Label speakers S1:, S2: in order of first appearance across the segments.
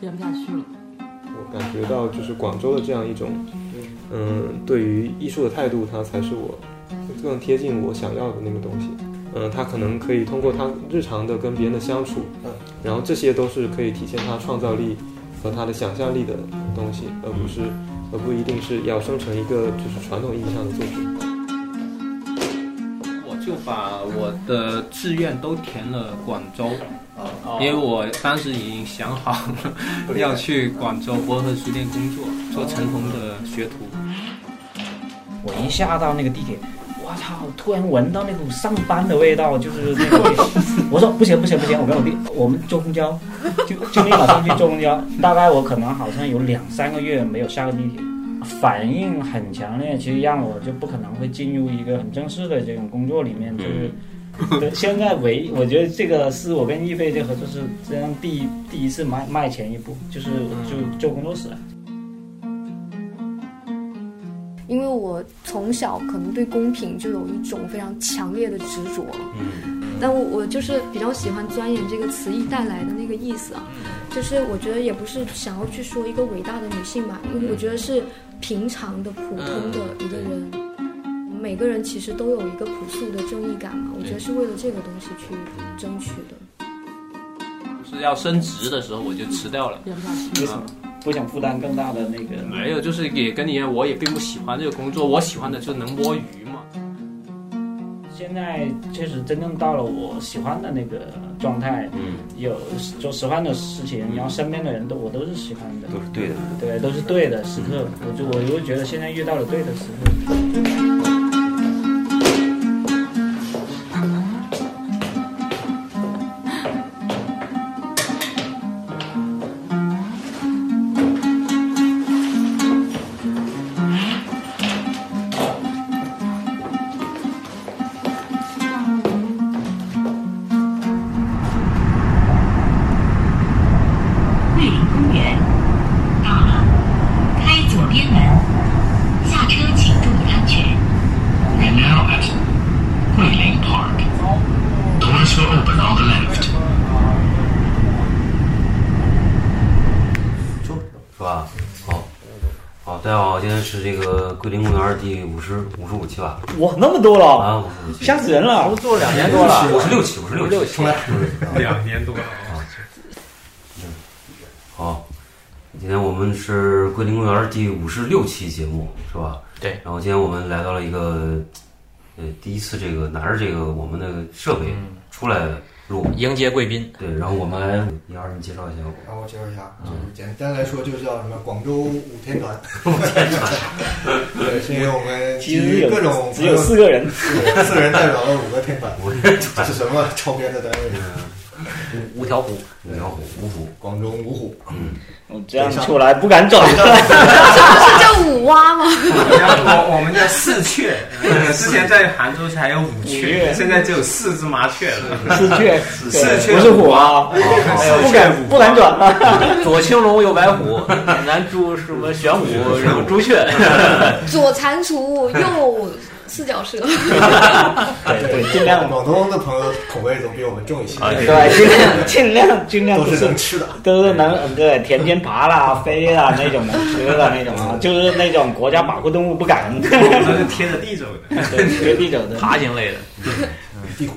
S1: 咽嗯不下去了。
S2: 我感觉到就是广州的这样一种，嗯，对于艺术的态度，它才是我更贴近我想要的那个东西。嗯，他可能可以通过他日常的跟别人的相处，
S3: 嗯
S2: 然后这些都是可以体现他创造力和他的想象力的东西，而不是而不一定是要生成一个就是传统意义上的作品。
S4: 我就把我的志愿都填了广州，因为我当时已经想好了 要去广州博和书店工作，做陈红的学徒。
S5: 我一下到那个地铁，我操！突然闻到那股上班的味道，就是那个味道。我说不行不行不行，我跟我弟，我们坐公交，就就立马上去坐公交。大概我可能好像有两三个月没有下过地铁，反应很强烈，其实让我就不可能会进入一个很正式的这种工作里面，就是。对，现在唯一我觉得这个是我跟易飞这合作是这样第一第一次迈迈前一步，就是就做工作室。
S6: 因为我从小可能对公平就有一种非常强烈的执着，
S7: 嗯，
S6: 但我我就是比较喜欢“钻研”这个词义带来的那个意思啊，就是我觉得也不是想要去说一个伟大的女性吧，
S7: 嗯
S6: 因为我觉得是平常的、普通的一个
S7: 嗯
S6: 人。每个人其实都有一个朴素的正义感嘛，我觉得是为了这个东西去争取的。
S4: 就是要升职的时候我就辞掉了。
S1: 咽不下去。
S5: 为什么不想负担更大的那个？
S4: 没有，就是也跟你一样，我也并不喜欢这个工作，我喜欢的就是能摸鱼嘛。
S5: 现在确实真正到了我喜欢的那个状态，
S7: 嗯，
S5: 有做喜欢的事情，然后身边的人都我都是喜欢的，
S7: 都是对的。
S5: 对，都是对的时刻。
S8: 嗯
S5: 我就我就觉得现在遇到了对的时刻。
S9: 桂林公园。到了，开左边门，下车请注意安全。
S10: We are now at Guilin Park. Doors will open on the left.
S7: 说是吧？好，好，大家好，今天是这个桂林公园第五十五十五期吧？
S5: 哇，那么多了，
S7: 啊，五十五期，
S5: 吓死人了！
S8: 做了两年多了，
S7: 五十六期，五十六期，
S8: 56期
S7: 重来。嗯
S4: 两年多了，
S7: 好，今天我们是桂林公园第五十六期节目，是吧？
S8: 对。
S7: 然后今天我们来到了一个，呃，第一次这个拿着这个我们的设备出来录，
S8: 迎接贵宾。
S7: 对，然后我们来，你二你介绍一下我。
S3: 然后我介绍一下，就是简单来说，就是叫什么广州五天团。对，是因为我们基
S5: 其实
S3: 于
S5: 有
S3: 各种
S5: 只有四个人，
S3: 四四人代表了五个天团，
S7: 我是
S3: 这是什么超编的单位？
S8: 五条湖，
S7: 五条虎五虎，
S3: 广州五虎，
S5: 我这样出来不敢走。
S6: 是叫五蛙吗？
S4: 我我们叫四雀，呃 之前在杭州还有五
S5: 五
S4: 雀，
S5: 雀
S4: 现在只有四只麻雀了。
S5: 四雀，
S4: 四雀
S5: 对不是虎啊，不敢不敢转啊了。
S8: 左青龙，右白虎，南朱什么玄武，然后朱雀，
S6: 左蟾蜍，右四脚蛇。
S5: 对哎对，尽量啊
S3: 广东的朋友口味总比我们重一些，
S5: 对尽量尽量尽量
S3: 都
S5: 不
S3: 是
S5: 是
S3: 能吃 的。
S5: 都是能对田间爬啦、飞啦那种能吃的那种啊，就是那种国家保护动物不敢
S4: 我们是贴着地走 的。
S5: 对地走的。
S8: 爬行类的。
S5: 嗯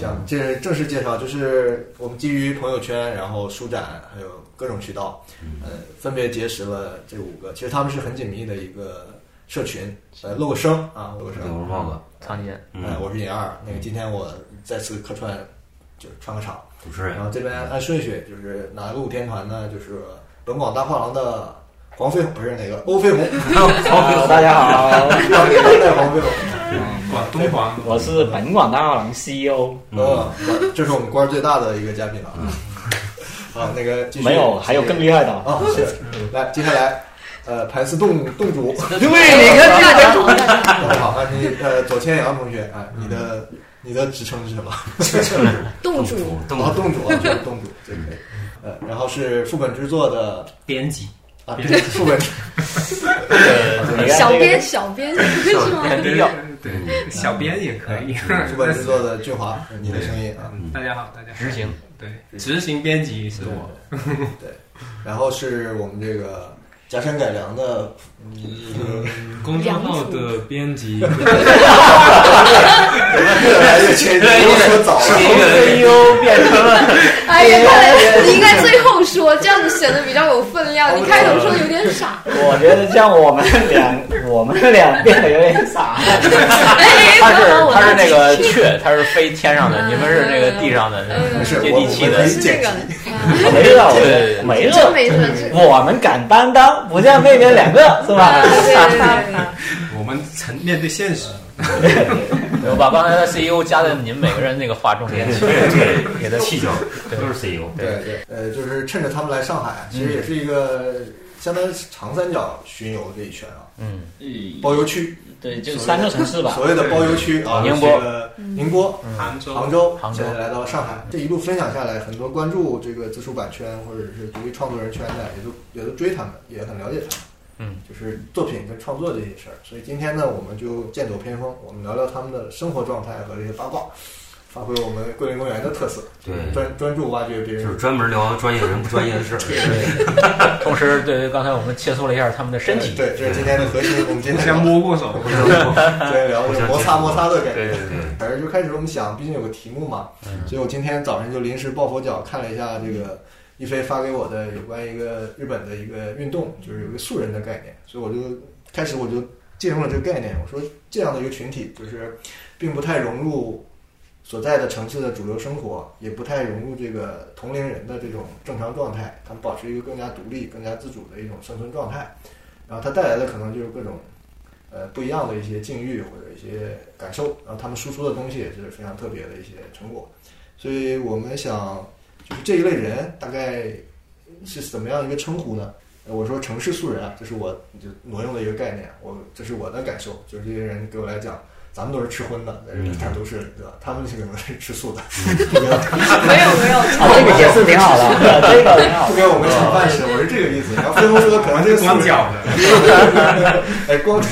S3: 讲这正式介绍，就是我们基于朋友圈，然后书展，还有各种渠道，
S5: 嗯
S3: 呃，分别结识了这五个，其实他们是很紧密的一个社群。呃，露个声啊，露个声
S7: 对，。我是胖哥，
S8: 苍天，
S7: 嗯
S3: 哎，，我是尹二。那个今天我再次客串，就是串个场。
S7: 主持人
S3: 然，后这边按顺序，就是哪个五天团呢？就是本广大画廊的黄飞鸿，不是那个欧飞鸿，
S5: 好，大家好，
S3: 当年的黄飞鸿。
S4: 广东黄，
S5: 我是本广大画 E 廊 CEO，
S3: 呃，这是我们官儿最大的一个嘉宾了。啊，那个继续
S5: 没有，还有更厉害的。
S3: 啊，是来接下来。呃，盘丝洞洞主，
S5: 对，你看
S6: 大家好，
S3: 好啊，你呃，左千阳同学啊，你的你的职称是什么？
S6: 洞主，
S7: 动
S3: 啊，
S7: 物，
S3: 洞主啊，就是洞主，这可以。呃，然后是副本制作的
S8: 编辑，
S3: 啊，对，副本制
S5: 你看
S6: 小
S5: 这个
S6: 编，小编是吗？
S8: 很低调。
S4: 对， 小编也可以。
S3: 副本制作的俊华，
S7: 嗯
S3: 你的声音啊，
S4: 哎大家好，大家好
S8: 执行，
S4: 对执行编辑是我。
S3: 对，然后是我们这个夹山改良的，
S1: 公众号的编辑，
S3: 越来越前进，不用说早了，
S8: CEO 变成了
S6: 哎呀，看来你应该最后说，这样子显得比较有分量。你开头说有点傻，
S5: 我觉得像我们俩，我们俩变得有点傻。
S6: 哎，
S8: 他是
S6: 刚好我
S8: 他是
S6: 拿
S8: 那个雀，他是飞天上的，你们是那个地上的，
S6: 嗯
S3: 没事，
S8: 接
S3: 我
S8: 地气
S3: 我
S8: 的
S3: 可以
S6: 是这
S3: 剪
S6: 个
S3: 辑。，
S5: 没了，
S8: 对对对
S5: 我没
S6: 真
S5: 了。
S6: 没说这个。
S5: 我们敢担当，不像那边两个是吧？
S4: 我们曾面对现实，
S8: 我把刚才的 CEO 加在你们每个人那个话重点去， 给他
S7: 气
S8: 气
S7: 球
S8: 对
S7: 都是 E CEO，
S3: 对对，呃，就是趁着他们来上海，啊其实也是一个相当于长三角巡游这一圈啊，
S8: 嗯，
S3: 包邮区，
S5: 对，就三个城市吧。
S3: 所谓的包邮区啊，
S8: 宁波
S3: 这个宁波、
S8: 嗯
S4: 杭州
S3: 杭州，
S8: 杭州
S3: 现在来到上海，这一路分享下来，很多关注这个自出版圈或者是独立创作人圈的，也都也都追他们，也很了解他们。
S8: 嗯，
S3: 就是作品跟创作这些事儿，所以今天呢，我们就剑走偏锋，我们聊聊他们的生活状态和这些八卦，发挥我们桂林公园的特色，
S7: 对
S3: 专专注挖掘别
S7: 就是
S3: 人
S7: 专门聊专业人不专业的事儿。
S8: 同时对于刚才我们切磋了一下他们的身体，
S3: 对，这是今天的核心。我们今
S4: 互
S3: 天
S4: 相摸过 手，
S3: 对，聊这个摩擦摩擦的感
S8: 对
S3: 觉。
S8: 对对，
S3: 反正就开始我们想，毕竟有个题目嘛，所以我今天早上就临时抱佛脚看了一下这个一飞发给我的有关一个日本的一个运动，就是有一个素人的概念，所以我就开始我就借用了这个概念，我说这样的一个群体就是并不太融入所在的城市的主流生活，也不太融入这个同龄人的这种正常状态，他们保持一个更加独立、更加自主的一种生存状态，然后它带来的可能就是各种呃不一样的一些境遇或者一些感受，然后他们输出的东西也是非常特别的一些成果，所以我们想就是这一类人大概是怎么样一个称呼呢？呃我说城市素人啊，这是我就挪用的一个概念，我这是我的感受，就是这些人给我来讲，咱们都是吃荤的，在日产都是对吧？他们是可能是吃素的，不给
S6: 没有没有，
S5: 啊，这个解释挺好的，这个挺好
S3: 不。给我们盛饭吃，我是这个意思。然后分红说可能这个素人
S4: 光脚的，
S3: 哎，光脚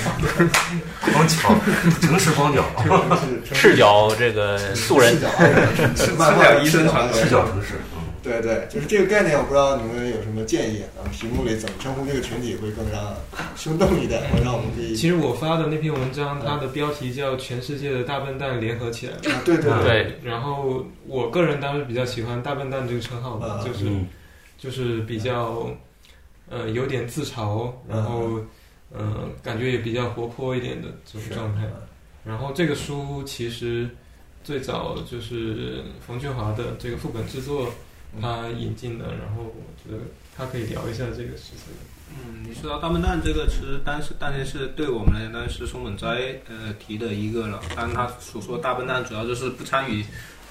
S7: 光脚，城市光脚，
S8: 赤脚这个素人
S3: 赤脚，哎吃漫画
S4: 赤脚医生传
S7: 赤脚城市。嗯，
S3: 对对，就是这个概念，我不知道你们有什么建议啊？题目里怎么称呼这个群体会更让生动一点，或者让我们可以
S1: 其实我发的那篇文章，它的标题叫《全世界的大笨蛋联合起来》。
S3: 啊，对对对，
S8: 对，
S1: 然后我个人当时比较喜欢“大笨蛋”这个称号吧，
S3: 嗯
S1: 就是
S7: 嗯
S1: 就是比较呃有点自嘲，
S3: 嗯
S1: 然后呃感觉也比较活泼一点的这种状态。然后这个书其实最早就是冯俊华的这个副本制作
S3: 嗯
S1: 他引进的，然后我觉得他可以聊一下这个事情。
S4: 嗯，你说到大笨蛋这个词，当时当然是对我们来讲是松本斋呃提的一个了。当然他所说大笨蛋主要就是不参与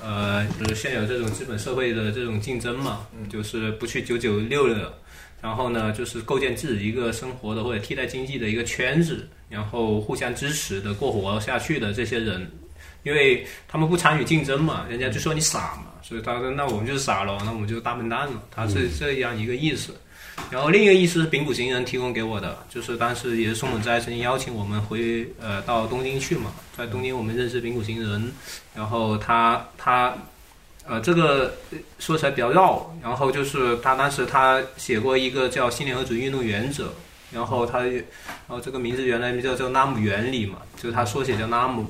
S4: 呃就是现有这种资本社会的这种竞争嘛，就是不去九九六了。然后呢，就是构建自己一个生活的或者替代经济的一个圈子，然后互相支持的过活下去的这些人，因为他们不参与竞争嘛，人家就说你傻嘛，所以他说那我们就是傻咯，那我们就是大笨蛋了，他是这样一个意思。然后另一个意思是丙谷行人提供给我的，就是当时也是松本斋曾经邀请我们回呃到东京去嘛，在东京我们认识丙谷行人，然后他他呃这个呃说起来比较绕，然后就是他当时他写过一个叫《新联合主义运动原则》，然后他也然后这个名字原来名叫叫拉姆原理嘛，就是他缩写叫拉姆。呃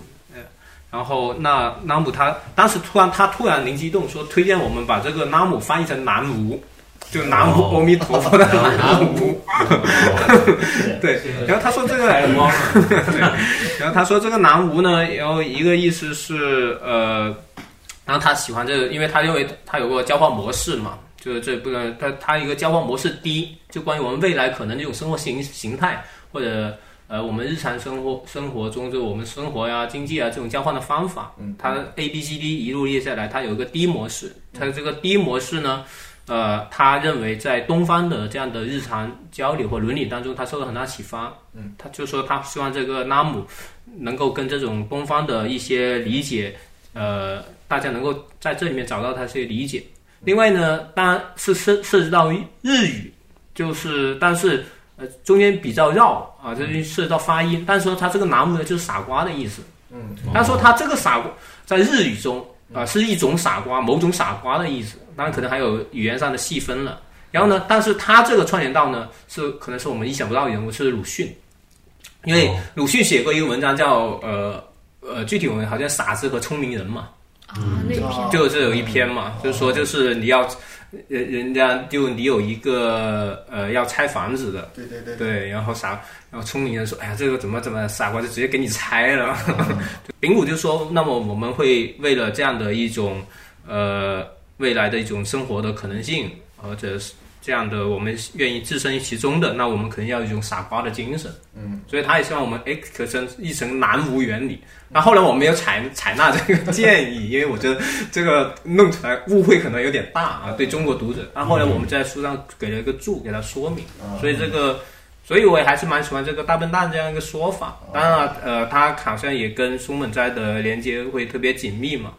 S4: 然后那拉姆他当时突然他突然灵机一动说推荐我们把这个拉姆翻译成南无，就南无
S7: 哦
S4: 阿弥陀 佛的南无。 对，然后他说这个， 然后他说这个南无呢，然后一个意思是呃，然后他喜欢这个，因为他认为他有个交换模式嘛，就是这不能他他一个交换模式第一，就关于我们未来可能这种生活形形态或者。呃，我们日常生活生活中，就我们生活呀、经济啊这种交换的方法，它 A B C D 一路列下来，它有一个 D 模式。它这个 D 模式呢，呃，他认为在东方的这样的日常交流或伦理当中，他受到很大启发。嗯，他就说他希望这个拉姆能够跟这种东方的一些理解，呃，大家能够在这里面找到他一些理解。另外呢，当然是涉涉及到日语，就是但是呃中间比较绕啊，这就涉及到发音。但是说他这个南姆呢，就是傻瓜的意思。
S3: 嗯，
S4: 他说他这个傻瓜在日语中啊、是一种傻瓜，某种傻瓜的意思。当然，可能还有语言上的细分了。然后呢，但是他这个串联到呢，是可能是我们意想不到的人物是鲁迅，因为鲁迅写过一个文章叫呃呃，具体文好像傻子和聪明人嘛，
S6: 啊，那一篇
S4: 就这有一篇嘛，就是说就是你要人人家就你有一个呃要拆房子的，
S3: 对对对
S4: 对，然后傻，然后聪明人说，哎呀，这个怎么怎么，傻瓜就直接给你拆 了。丙谷就说，那么我们会为了这样的一种呃未来的一种生活的可能性，或者是这样的我们愿意置身于其中的，那我们可能要有一种傻瓜的精神。
S3: 嗯，
S4: 所以他也希望我们哎，可成一成南无原理。那后来我没有采采纳这个建议，因为我觉得这个弄出来误会可能有点大啊，对中国读者。那后来我们在书上给了一个注，给他说明，
S3: 啊
S4: 所以这个。所以我也还是蛮喜欢这个大笨蛋这样一个说法。当然了，呃，它好像也跟松本斋的连接会特别紧密嘛。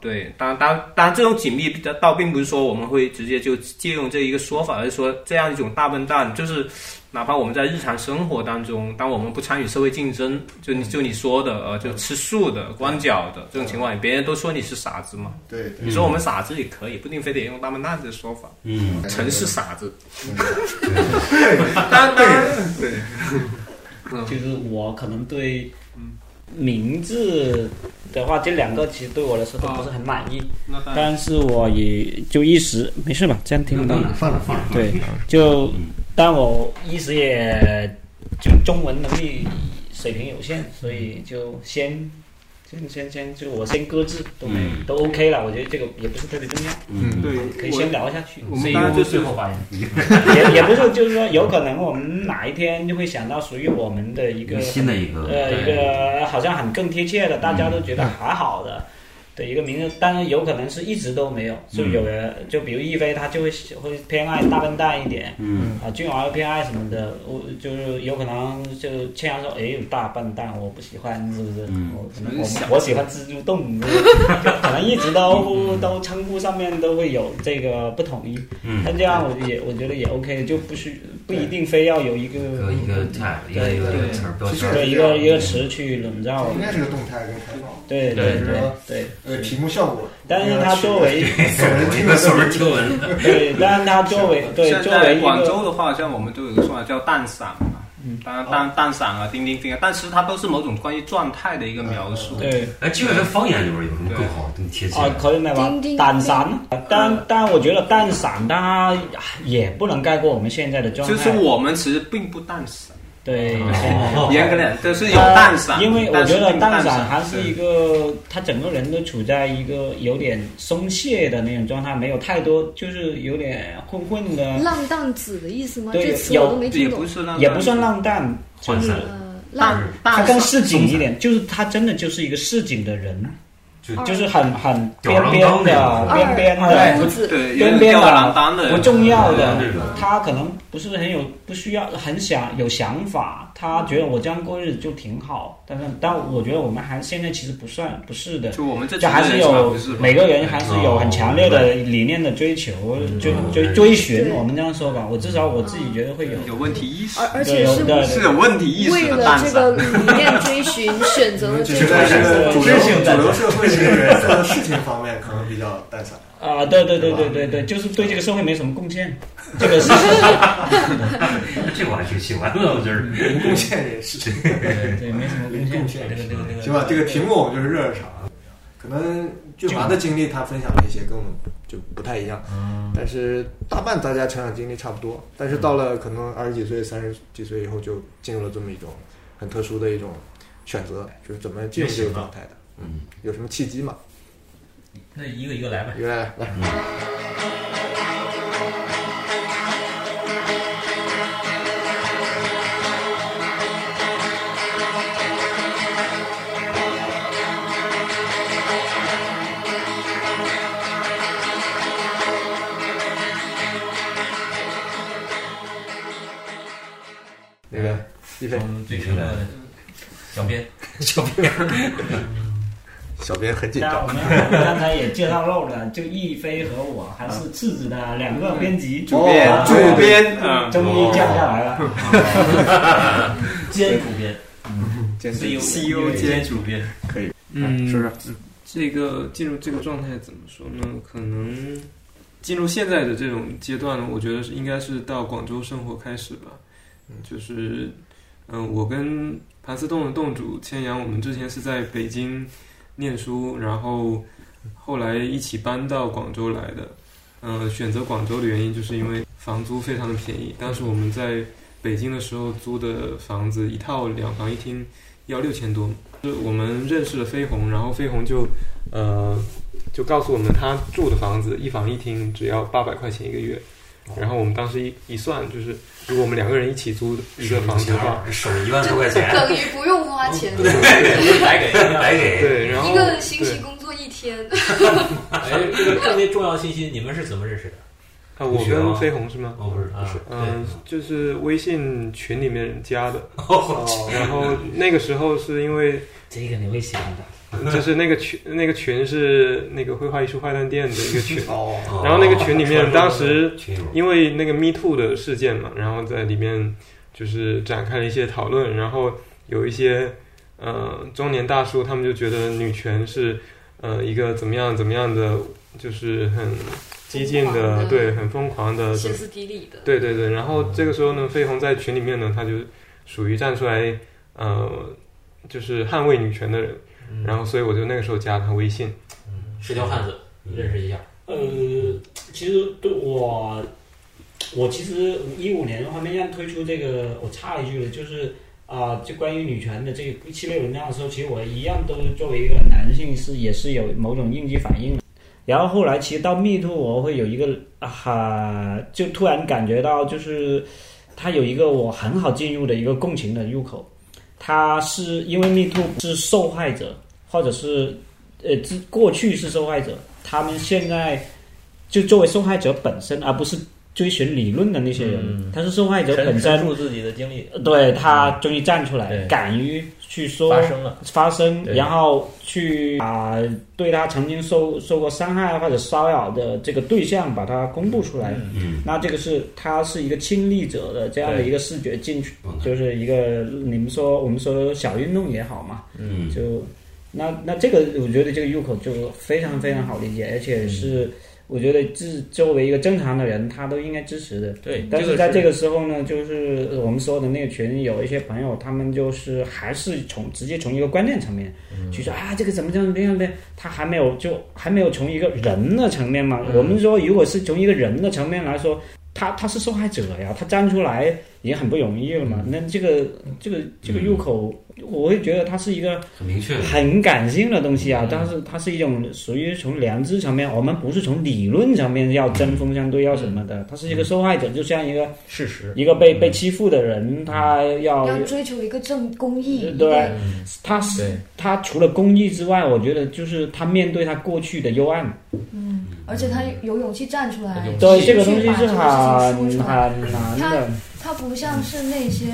S4: 对，当当当然，这种紧密倒并不是说我们会直接就借用这一个说法，而是说这样一种大笨蛋，就是哪怕我们在日常生活当中，当我们不参与社会竞争，就你就你说的，呃，就吃素的、光脚的这种情况，别人都说你是傻子嘛。
S3: 对对，
S4: 你说我们傻子也可以，不一定非得用大笨蛋这说法。
S7: 嗯，
S4: 城市傻子，当然对，
S5: 就是我可能对
S4: 嗯
S5: 名字的话，这两个其实对我来说都不是很满意，
S4: 啊那当然
S5: 但是我也就一时没事吧，这样听不到。
S7: 放了放了，嗯
S5: 对，就但我一时也就中文能力水平有限，所以就先先先先就我先搁置都没
S7: 嗯
S5: 都 OK 了，我觉得这个也不是特别重要，
S7: 嗯，
S4: 对，
S5: 可以先聊下去。
S4: 我们当然就是
S8: 最后发言，
S5: 也也不是，就是说有可能我们哪一天就会想到属于我们的一
S7: 一
S5: 个
S7: 个新的一个，
S5: 呃一个好像很更贴切的，大家都
S7: 嗯
S5: 觉得还好的。的一个名字，当然有可能是一直都没有，就
S7: 嗯
S5: 有人、就比如一菲，他就会会偏爱大笨蛋一点，
S7: 嗯
S5: 啊，俊儿偏爱什么的，我就是有可能就倩阳说，哎，有大笨蛋，我不喜欢，是不是？
S7: 嗯
S5: 我可能我我喜欢蜘蛛洞，是不是就可能一直 都都称呼上面都会有这个不统一，
S7: 嗯，
S5: 但这样我也我觉得也 OK，就不需不一定非要有一个
S7: 一个一个 tag，一个一个词儿标签儿，
S5: 对一个一个词去笼罩，
S3: 应该是个动态跟开放，
S5: 对
S8: 对
S5: 对
S3: 是吧
S5: 对
S3: 呃，
S5: 对，
S3: 屏幕效果。
S5: 但是它作为
S7: 我一个手儿 听闻，
S5: 对， 但是它作为对
S4: 现
S5: 作为
S4: 在
S5: 一个嗯
S4: 广州的话，像我们都有个说法叫蛋散嘛，当然蛋蛋散啊，叮叮叮啊，但其实它都是某种关于状态的一个描述。
S5: 对。
S7: 哎，这个跟方言里边有什么更好、更贴切？
S5: 啊，可以买吧
S6: 钉钉，
S5: 蛋散，但但我觉得蛋散它也不能盖过我们现在的状态。
S4: 就是我们其实并不蛋散，
S5: 对，
S4: 严格来讲， 就是有蛋散，
S5: 哦呃因为我
S4: 但是
S5: 觉得
S4: 并不
S5: 蛋
S4: 蛋
S5: 散还是一
S4: 个
S5: 个，他整个人都处在一个有点松懈的那种状态，没有太多，就是有点混混的，
S6: 浪荡子的意思吗？
S5: 对
S6: 这词我都没
S4: 也
S6: 听
S4: 不
S6: 懂。
S4: 是那
S5: 也不算浪荡，
S7: 涣散，
S6: 呃，
S4: 蛋
S6: 浪
S8: 啊
S5: 他
S4: 蛋
S5: 更
S4: 散
S5: 市井一点，就是他真的就是一个市井的人，啊
S7: 就
S5: 就是很很
S7: 吊儿
S5: 边
S7: 郎
S5: 边
S7: 当那种
S5: 的边边
S6: 二
S5: 的
S6: 胡。子，
S4: 对，有
S5: 边
S4: 点
S5: 边
S4: 吊儿郎
S5: 啊
S4: 当的，
S5: 不重要
S7: 对
S5: 的
S7: 对对，
S5: 他可能不是很有，不需要很想有想法，他觉得我这样过日子就挺好。但是，但我觉得我们还现在其实不算不是的，
S4: 就我们这
S5: 就还是有每个人还是有
S7: 哦
S5: 很强烈的理念的追求，
S7: 嗯
S5: 追追追寻。
S6: 对
S5: 我们这样说吧，我至少我自己觉得会有。
S4: 有问题意识
S6: 而，而
S5: 对
S6: 且是
S5: 有对
S4: 是有问题意
S6: 为
S4: 识的
S6: 了
S4: 蛋
S6: 这
S4: 散
S6: 个。理念追寻，选择了 这
S3: 只是在这
S5: 个
S3: 个主
S5: 真
S3: 流
S5: 是有
S3: 主
S5: 蛋散
S3: 流社会这个人做的事情方面，可能比较蛋 散。
S7: 哦
S5: 啊，对对对对对对，就是对这个社会没什么 贡献，这个是
S7: 这我还挺喜欢的，我觉
S8: 嗯
S7: 得。
S3: 零贡献人士，
S5: 对没什么贡
S3: 零
S5: 献
S3: 贡。献人士。
S8: 那个
S3: 行吧，这个题目我们就是热热场啊。可能俊华的经历，他分享了一些跟我们就不太一样，但是大半大家成长经历差不多。但是到了可能二十几岁、三十几岁以后，就进入了这么一种很特殊的一种选择，就是怎么进入这个状态的。
S7: 嗯，
S3: 有什么契机嘛？
S8: 那一个一个来呗。
S3: 原来来，那个一菲，
S8: 嗯，这个小编，
S3: 小编，小编很紧
S5: 那我
S3: 张。
S5: 们刚才也介绍漏了，就一飞和我还是次子的两个编辑，
S3: 主编
S5: 啊
S3: 主
S4: 编嗯
S5: 终于降下来了。
S8: 兼主编
S7: 嗯
S3: 兼职
S8: ，CEO 兼主编，
S1: 嗯，
S3: 是不是？
S1: 这个进入这个状态怎么说呢？可能进入现在的这种阶段了，我觉得是应该是到广州生活开始吧。就是，嗯、我跟盘丝洞的洞主千阳，我们之前是在北京念书，然后后来一起搬到广州来的。嗯、选择广州的原因就是因为房租非常的便宜。当时我们在北京的时候租的房子，一套两房一厅要六千多。就是我们认识了飞鸿，然后飞鸿就呃就告诉我们他住的房子一房一厅只要八百块钱一个月。然后我们当时一一算，就是如果我们两个人一起租一个啊房子的话，
S7: 省一万多块钱
S11: 等于不用花钱，
S7: 对白给 白给
S1: 对，然后
S11: 一个人星
S1: 对
S11: 期工作一天，
S8: 哎，这个重点重要信息，你们是怎么认识的？啊
S1: 啊，我
S7: 同学
S1: 跟
S7: 吗
S1: 飞鸿是吗？
S7: 哦，不是不是，
S1: 嗯，就是微信群里面加的，
S7: 哦
S1: 然后那个时候是因为
S5: 这个你会想的。
S1: 就是那个群，那个群是那个绘画艺术坏蛋店的一个群，
S3: 哦
S1: 然后那个群里面
S7: 哦
S1: 当时
S7: 群友
S1: 因为那个 Me Too 的事件嘛，然后在里面就是展开了一些讨论，然后有一些呃中年大叔他们就觉得女权是呃一个怎么样怎么样的，就是很激进
S11: 疯狂
S1: 的，
S11: 的
S1: 对，很疯狂的，怎
S11: 歇
S1: 么
S11: 斯底里的。
S1: 对对对，然后这个时候呢，飞鸿在群里面呢，他就属于站出来，呃，就是捍卫女权的人。然后，所以我就那个时候加他微信。
S8: 是条汉子，
S7: 嗯
S8: 你认识一下。
S5: 呃，其实对我，我其实一五年的话，面向推出这个，我插一句了，就是啊、就关于女权的这个系列文章的时候，其实我一样都作为一个男性是也是有某种应激反应的。然后后来其实到 Me Too，我会有一个啊哈，就突然感觉到就是它有一个我很好进入的一个共情的入口。他是因为 Me Too 是受害者，或者是呃，之过去是受害者，他们现在就作为受害者本身，而不是追寻理论的那些人，他是受害者本
S8: 嗯陈
S5: 身呃
S8: 陈，述自己的经历
S5: 对他终于站出来
S8: 对，
S5: 敢于去说
S8: 发生了，
S5: 发声，
S8: 对
S5: 然后去把对他曾经受受过伤害或者骚扰的这个对象把它公布出来。
S7: 嗯，
S5: 那这个是他是一个亲历者的这样的
S8: 对
S5: 一个视觉进去，就是一个你们说我们说小运动也好嘛，
S7: 嗯
S5: 就那那这个我觉得这个入口就非常非常好理解，而且
S8: 嗯
S5: 是我觉得自作为一个正常的人，他都应该支持的。
S8: 对
S5: 但
S8: 这个
S5: 在
S8: 是
S5: 这个时候呢，就是我们说的那个群有一些朋友，他们就是还是从直接从一个观念层面
S8: 嗯
S5: 去说、啊，这个怎么怎么怎么样怎么样，他还没有就还没有从一个人的层面
S8: 嗯
S5: 嘛。我们说，如果是从一个人的层面来说，他他是受害者呀，他站出来也很不容易了
S8: 嗯
S5: 嘛。那这个这个这个入口，我会觉得它是一个
S7: 很明确，
S5: 很感性的东西
S6: 嗯
S5: 啊，但是它是一种属于从良知层面，我们不是从理论层面要针锋相对要什么
S6: 嗯
S5: 的，他是一个受害者，就像一个
S8: 事实。
S5: 一个被被欺负的人，他要
S6: 要追求一个正公益，
S5: 对，他是
S8: 对，
S5: 他除了公益之外，我觉得就是他面对他过去的幽暗，
S6: 嗯，而且他有勇气站出来
S8: 有，
S5: 对
S6: 去
S5: 这个东西
S6: 把
S5: 是
S6: 这
S5: 很
S6: 个事情
S5: 很
S6: 说出来。
S5: 难的
S6: 他。他不像是那些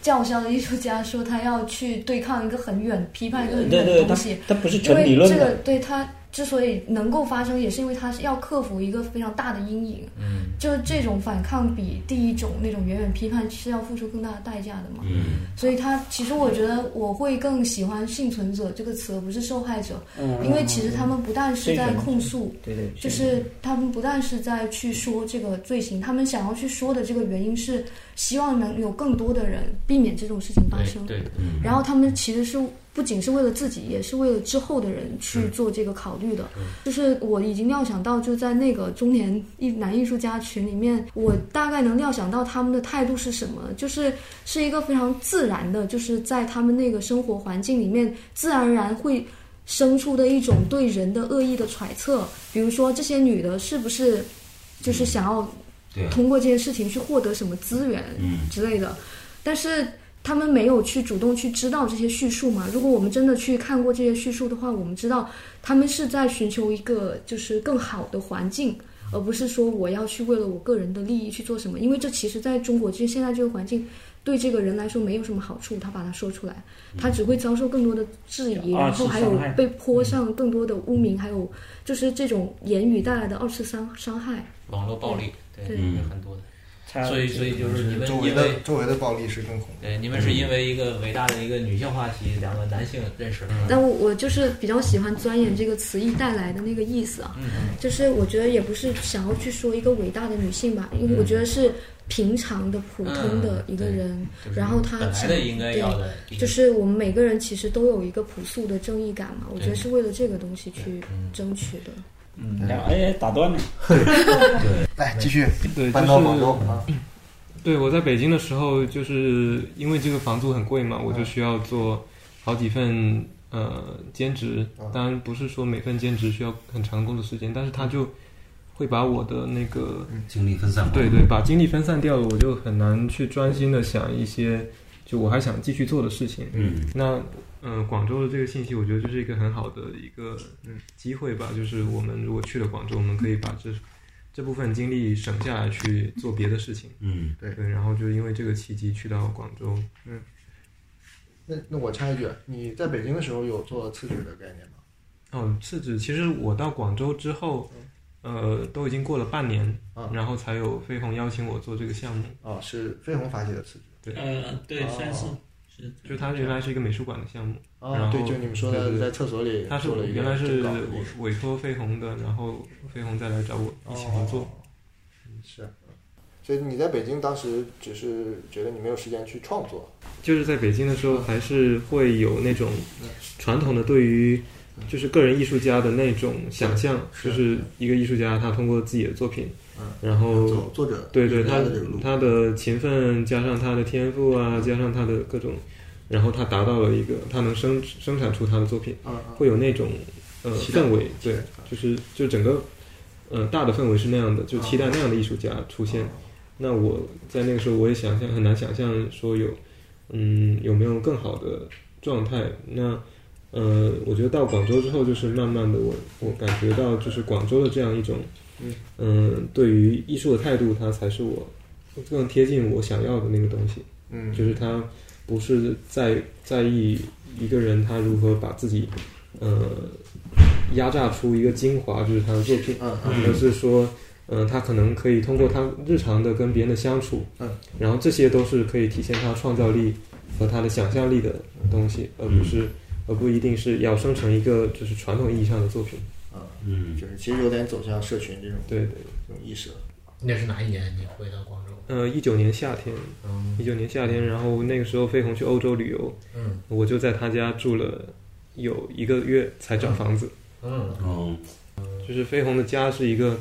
S6: 叫嚣的艺术家说他要去对抗一个很远、批判一个很
S5: 对
S6: 远
S5: 对，
S6: 的
S5: 他
S6: 东西，
S5: 他不是
S6: 因
S5: 纯理
S6: 为
S5: 论
S6: 这个
S5: 的，
S6: 对他之所以能够发生，也是因为他是要克服一个非常大的阴影。嗯，就是这种反抗比第一种那种远远批判是要付出更大的代价的嘛。
S7: 嗯，
S6: 所以他其实我觉得我会更喜欢“幸存者”这个词，而不是受害者，
S5: 嗯，
S6: 因为其实他们不但是在
S5: 幸存者
S6: 控诉，
S5: 对对，
S6: 就是他们不但是在去说这个罪行，他们想要去说的这个原因是希望能有更多的人避免这种事情发生。
S8: 对，
S7: 嗯
S6: 然后他们其实是不仅是为了自己，也是为了之后的人去做这个考虑的。就是我已经料想到，就在那个中年艺男艺术家群里面，我大概能料想到他们的态度是什么，就是是一个非常自然的，就是在他们那个生活环境里面，自然而然会。生出的一种对人的恶意的揣测，比如说这些女的是不是就是想要
S7: 对，
S6: 通过这些事情去获得什么资源
S7: 嗯
S6: 之类的，但是他们没有去主动去知道这些叙述嘛。如果我们真的去看过这些叙述的话，我们知道他们是在寻求一个就是更好的环境，而不是说我要去为了我个人的利益去做什么，因为这其实在中国这现在这个环境。对这个人来说没有什么好处，他把它说出来，他只会遭受更多的质疑，
S5: 嗯
S6: 然后还
S5: 二
S6: 有
S5: 次伤害嗯
S6: 被泼上更多的污名，还有就是这种言语带来的二次伤伤害。
S8: 网络暴力，
S6: 对
S8: 对，有很多的。
S5: 嗯
S8: 所以所以就是你们
S12: 周围
S8: 因
S12: 的
S8: 为
S12: 周围的暴力是更恐怖。
S8: 对你们是因为一个伟大的一个女性话题，两个男性认识的。
S6: 但我我就是比较喜欢“钻研”这个词义带来的那个意思啊，
S8: 嗯
S6: 就是我觉得也不是想要去说一个伟大的女性吧，因为
S8: 嗯
S6: 我觉得是平常的、普通的一个人，
S8: 就是
S6: 然后她
S8: 本来的应该要的
S6: 对，就是我们每个人其实都有一个朴素的正义感嘛，我觉得
S8: 对
S6: 是为了这个东西去争取的。
S5: 嗯，哎，打断你。
S12: 来继续
S1: 对，
S12: 搬
S1: 就
S12: 到
S1: 是
S12: 广州啊
S1: 对，我在北京的时候，就是因为这个房租很贵嘛，我
S12: 嗯
S1: 就需要做好几份呃兼职。
S12: 嗯
S1: 当然不是说每份兼职需要很长的工作时间，但是他就会把我的那个
S12: 嗯
S7: 精力分散
S1: 对对，把精力分散掉了，我就很难去专心的想一些就我还想继续做的事情。
S7: 嗯，
S1: 那呃，广州的这个信息，我觉得就是一个很好的一个嗯机会吧。就是我们如果去了广州，我们可以把这这部分精力省下来去做别的事情。
S7: 嗯，
S1: 对。然后就因为这个契机去到广州，
S12: 嗯，那那我插一句，你在北京的时候有做次指的概念吗？
S1: 哦，次指其实我到广州之后，呃，都已经过了半年，
S12: 啊
S1: 然后才有飞鸿邀请我做这个项目。
S12: 哦，是飞鸿发起的辞职。
S1: 对，
S12: 呃对哦算是是啊
S1: 就它原来是一个美术馆的项目。
S12: 哦
S1: 然后
S12: 对就你们说的
S1: 对对对
S12: 在厕所里
S1: 它是
S12: 做了一个
S1: 原来是
S12: 搞的
S1: 委托飞鸿的，然后飞鸿再来找我
S12: 哦
S1: 一起合作。
S12: 嗯是，啊所以你在北京当时只是觉得你没有时间去创作，
S1: 就是在北京的时候，还是会有那种传统的对于就是个人艺术家的那种想象，就是一个艺术家他通过自己的作品，然后
S12: 作作者
S1: 对对
S12: 嗯艺术家
S1: 他
S12: 的这个路嗯
S1: 他的勤奋加上他的天赋啊，加上他的各种，然后他达到了一个他能生生产出他的作品，
S12: 嗯
S1: 会有那种呃
S12: 期待
S1: 氛围，对，就是就整个呃大的氛围是那样的，就
S12: 嗯
S1: 期待那样的艺术家出现。那我在那个时候我也想象很难想象说有嗯有没有更好的状态。那呃，我觉得到广州之后，就是慢慢的我我感觉到就是广州的这样一种
S12: 嗯
S1: 嗯对于艺术的态度，它才是我更贴近我想要的那个东西。
S12: 嗯
S1: 就是他不是在在意一个人他如何把自己呃压榨出一个精华，就是他的作品，
S12: 嗯
S1: 而是说，嗯、他可能可以通过他日常的跟别人的相处，
S12: 嗯，
S1: 然后这些都是可以体现他创造力和他的想象力的东西，而不是。而不一定是要生成一个就是传统意义上的作品，
S12: 啊，
S7: 嗯，
S12: 就是其实有点走向社群这种
S1: 对对
S12: 这种意识了。
S13: 那是哪一年你回到广州？
S1: 呃，一九年夏天，一九年夏天，然后那个时候飞鸿去欧洲旅游，
S13: 嗯，
S1: 我就在他家住了有一个月才找房子，
S13: 嗯
S7: 哦，
S1: 就是飞鸿的家是一个，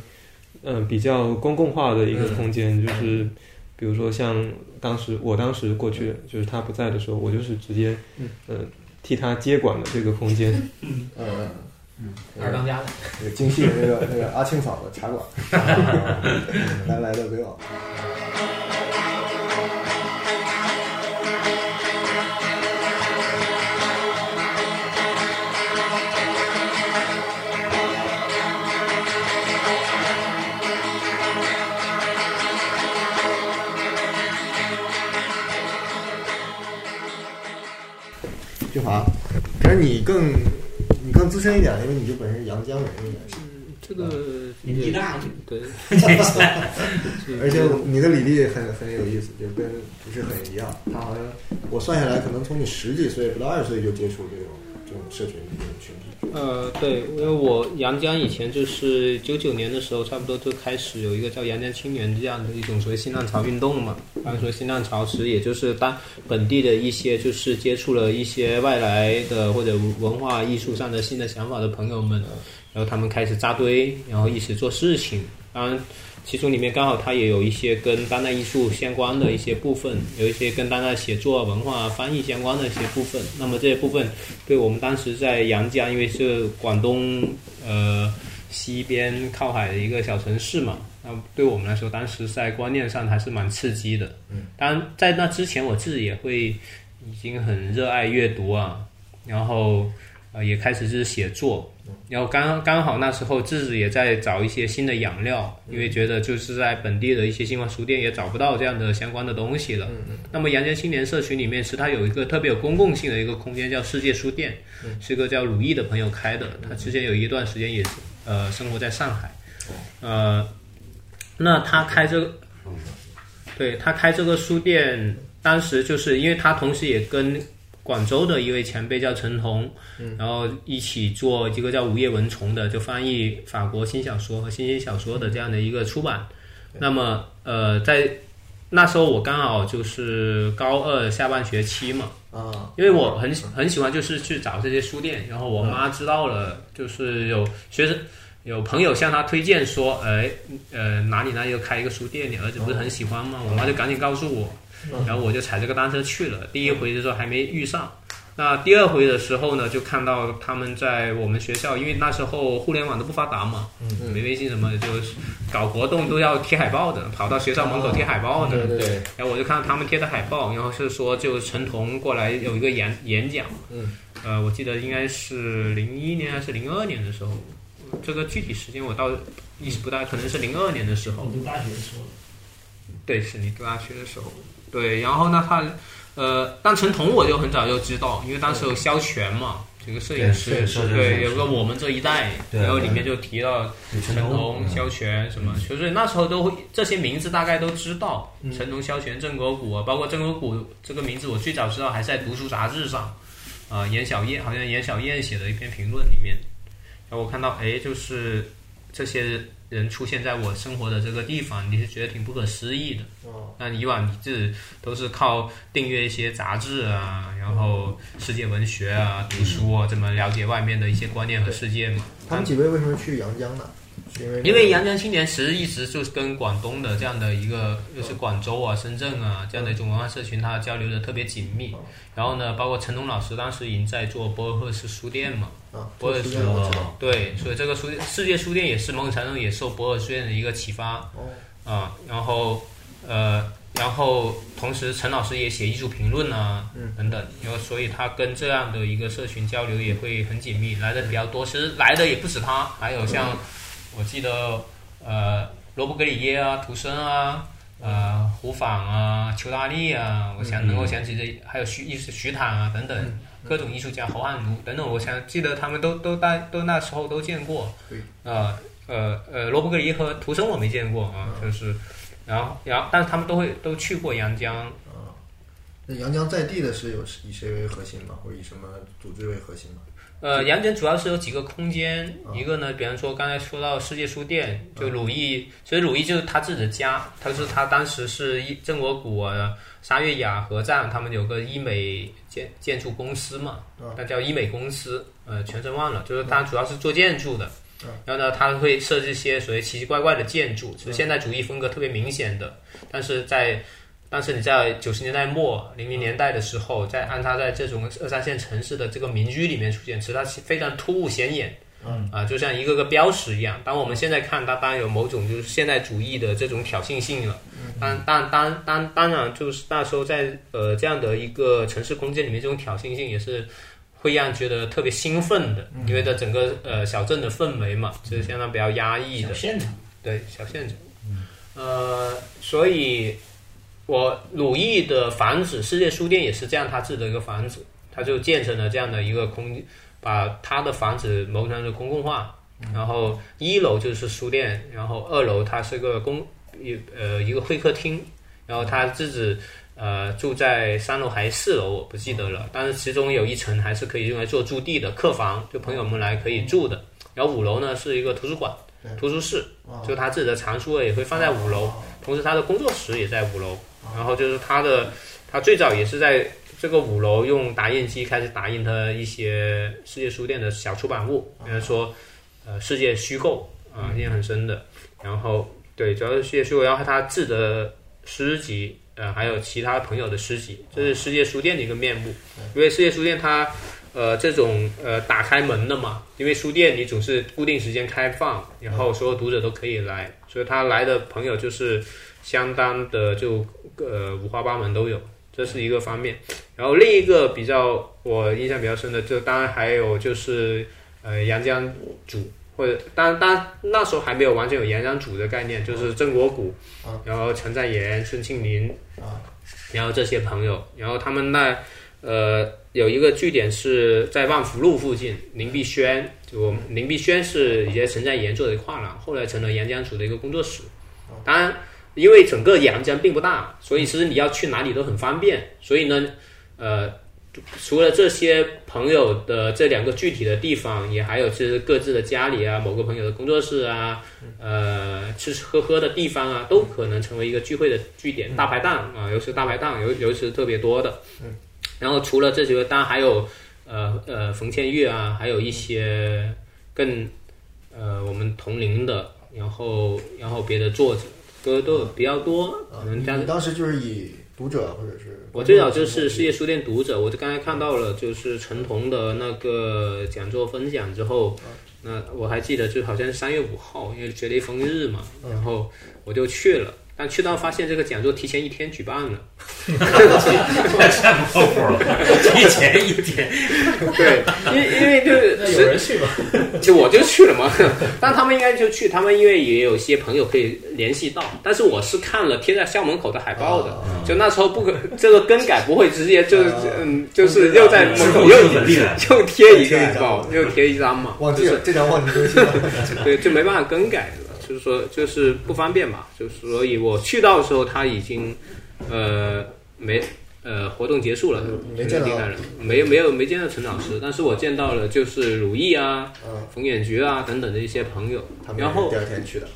S1: 嗯、比较公共化的一个空间，就是比如说像当时我当时过去，就是他不在的时候，我就是直接，
S12: 嗯
S1: 呃，替他接管了这个空间，
S12: 嗯嗯嗯，
S13: 二当家的
S12: 那个京戏的那个那个阿庆嫂的茶馆，南来的北往。俊华，可是你更你更资深一点，因为你就本身是阳江人，应该
S4: 嗯
S12: 是。
S8: 嗯
S4: 这个
S12: 年纪大了，
S4: 对
S12: 而且你的履历很很有意思，就跟不是很一样。他好像我算下来，可能从你十几岁不到二十岁就接触这种这种社群这种群体。
S4: 呃，对，因为我阳江以前就是九九年的时候，差不多就开始有一个叫阳江青年这样的一种所谓新浪潮运动嘛。当时说新浪潮其实也就是当本地的一些就是接触了一些外来的或者文化艺术上的新的想法的朋友们，然后他们开始扎堆，然后一起做事情。当然，其中里面刚好它也有一些跟当代艺术相关的一些部分，有一些跟当代写作、文化、翻译相关的一些部分。那么这些部分对我们当时在阳江，因为是广东呃西边靠海的一个小城市嘛，那对我们来说，当时在观念上还是蛮刺激的。
S12: 嗯，
S4: 当然在那之前，我自己也会已经很热爱阅读啊，然后呃也开始是写作，然后刚刚好那时候自己也在找一些新的养料，因为觉得就是在本地的一些新华书店也找不到这样的相关的东西了。那么阳江青年社群里面，其实它有一个特别有公共性的一个空间，叫世界书店，是个叫鲁毅的朋友开的。他之前有一段时间也呃生活在上海，呃，那他开这个，对他开这个书店，当时就是因为他同时也跟广州的一位前辈叫陈红，
S12: 嗯
S4: 然后一起做一个叫《午夜蚊虫》的，就翻译法国新小说和新兴小说的这样的一个出版。那么，呃，在那时候我刚好就是高二下半学期嘛，
S12: 啊，
S4: 因为我很很喜欢就是去找这些书店，然后我妈知道了，就是有学生有朋友向她推荐说，哎，呃，哪里哪里又开一个书店，你儿子不是很喜欢吗？我妈就赶紧告诉我，然后我就踩这个单车去了。第一回的时候还没遇上，那第二回的时候呢，就看到他们在我们学校，因为那时候互联网都不发达嘛，
S12: 嗯
S4: 没微信什么的，就是搞活动都要贴海报的，跑到学校门口贴海报的。
S12: 对对对。
S4: 然后我就看到他们贴的海报，然后是说就陈彤过来有一个演演讲，
S12: 嗯，
S4: 呃，我记得应该是零一年还是零二年的时候，这个具体时间我倒意识不大，可能是零二年的时候。
S13: 读大学的时候，
S4: 对，是你读大学的时候。对，然后呢，他呃，但陈彤我就很早就知道，因为当时有肖全嘛，这个摄影师
S7: 对摄影师摄影
S4: 嗯对，
S7: 师
S4: 有个我们这一代，
S7: 对
S4: 然后里面就提到
S7: 对
S4: 陈
S7: 陈
S4: 彤、
S12: 嗯
S7: 彤
S4: 肖全什么，所以那时候都会这些名字大概都知道，
S12: 嗯
S4: 陈彤、肖全、郑国谷啊，包括郑国谷这个名字，我最早知道还是在读书杂志上，啊、严小燕好像严小燕写的一篇评论里面，然后我看到哎，就是这些人出现在我生活的这个地方，你是觉得挺不可思议的。
S12: 哦，
S4: 那以往你自都是靠订阅一些杂志啊，然后
S12: 嗯
S4: 世界文学啊、读书啊，怎么了解外面的一些观念和世界嘛？
S12: 他们几位为什么去阳江呢？是因为
S4: 因为阳江青年其实一直就是跟广东的这样的一个，就是广州啊、深圳啊这样的一种文化社群，它交流的特别紧密。然后呢，包括陈东老师当时已经在做博尔赫斯书店嘛，
S12: 啊，
S4: 博尔
S12: 这
S4: 书
S12: 个我知道
S4: 对，所以这个书店世界书店也是某种程度也受博尔书店的一个启发。
S12: 哦，
S4: 啊，然后呃，然后同时陈老师也写艺术评论啊，
S12: 嗯
S4: 等等，然后所以他跟这样的一个社群交流也会很紧密，来的比较多。其实来的也不止他，还有像我记得呃罗伯格里耶啊、图森啊。呃，胡仿啊，邱大力啊，我
S12: 嗯
S4: 想能够想起这，还有徐艺术徐坦啊等等，各种艺术家侯汉儒等等，我想记得他们都都大都那时候都见过，
S12: 对，
S4: 呃呃呃，罗伯格里和图森我没见过啊，就是，然后然后，但是他们都会都去过阳江，
S12: 那阳江在地的是有以谁为核心吗？或者以什么组织为核心吗？
S4: 呃，阳江主要是有几个空间，一个呢，比方说刚才说到世界书店，就鲁艺，其实鲁艺就是他自己的家，他是他当时是一郑国谷、啊、沙月雅、合赞他们有个医美建建筑公司嘛，那叫医美公司，呃，全称忘了，就是他主要是做建筑的，然后呢，他会设计一些所谓奇奇怪怪的建筑，就是现代主义风格特别明显的，但是在但是你在九十年代末、零零年代的时候，在安插在这种二三线城市的这个民居里面出现，其实它是非常突兀显眼，
S13: 嗯
S4: 啊，就像一个个标识一样。当我们现在看它，当然有某种就是现代主义的这种挑衅性了。当当当当当然，就是那时候在呃这样的一个城市空间里面，这种挑衅性也是会让人觉得特别兴奋的，因为这整个呃小镇的氛围嘛，就是相当比较压抑的。
S13: 现场
S4: 对小县城，呃，所以我鲁艺的房子，世界书店也是这样，他自己的一个房子，他就建成了这样的一个空，把他的房子某种程度公共化，然后一楼就是书店，然后二楼它是个公一呃一个会客厅，然后他自己呃住在三楼还是四楼我不记得了，但是其中有一层还是可以用来做驻地的客房，就朋友们来可以住的。然后五楼呢是一个图书馆、图书室，就他自己的藏书也会放在五楼，同时他的工作室也在五楼。然后就是他的，他最早也是在这个五楼用打印机开始打印他一些世界书店的小出版物，比如说呃世界虚构啊，印象很深的。然后对，主要是世界虚构，然后他自己的诗集，呃，还有其他朋友的诗集，这是世界书店的一个面目。因为世界书店它，呃，这种呃打开门的嘛，因为书店你总是固定时间开放，然后所有读者都可以来，所以他来的朋友就是相当的就呃五花八门都有，这是一个方面。然后另一个比较我印象比较深的，就当然还有就是呃阳江组。或者，当然，当然那时候还没有完全有阳江组的概念，就是郑国谷，然后陈在炎、孙庆林，然后这些朋友，然后他们那呃有一个据点是在万福路附近，林碧轩，就我们林碧轩是以前陈在炎做的一个画廊，后来成了杨江楚的一个工作室。当然，因为整个阳江并不大，所以其实你要去哪里都很方便。所以呢，呃，除了这些朋友的这两个具体的地方，也还有就是各自的家里啊，某个朋友的工作室啊，呃，吃吃喝喝的地方啊，都可能成为一个聚会的据点。大排档啊、尤其是大排档，尤尤其是特别多的。
S3: 嗯，
S4: 然后除了这些，当然还有呃呃冯倩玉啊，还有一些更呃我们同龄的，然后然后别的作者都都有比较多，
S12: 啊
S4: 可能
S3: 嗯你当时就是以读者或者是
S4: 我最早
S7: 嗯
S4: 就是世界书店读者，我就刚才看到了就是陈彤的那个讲座分享之后，
S7: 嗯
S4: 那我还记得就好像是三月五号，因为学雷锋日嘛，
S7: 嗯
S4: 然后我就去了。但去到发现这个讲座提前一天举办了，
S7: 太不靠谱了提前一天
S4: 对， 因为因为就是
S7: 那有人去吗？
S4: 就我就去了嘛。但他们应该就去，他们因为也有些朋友可以联系到。但是我是看了贴在校门口的海报的，就那时候不可这个更改不会直接就是嗯，就是又在门口又又贴一个海报，又贴一张嘛。
S3: 忘记了
S4: 就是
S3: 这张忘记更新了。
S4: 对，就没办法更改了，就是说就是不方便嘛，就是所以我去到的时候他已经呃没呃活动结束了，
S3: 没见到
S4: 进来了，没没有没见到陈老师，但是我见到了就是如意啊、冯远菊啊等等的一些朋友，
S3: 嗯他们
S4: 然后
S3: 第二天去的，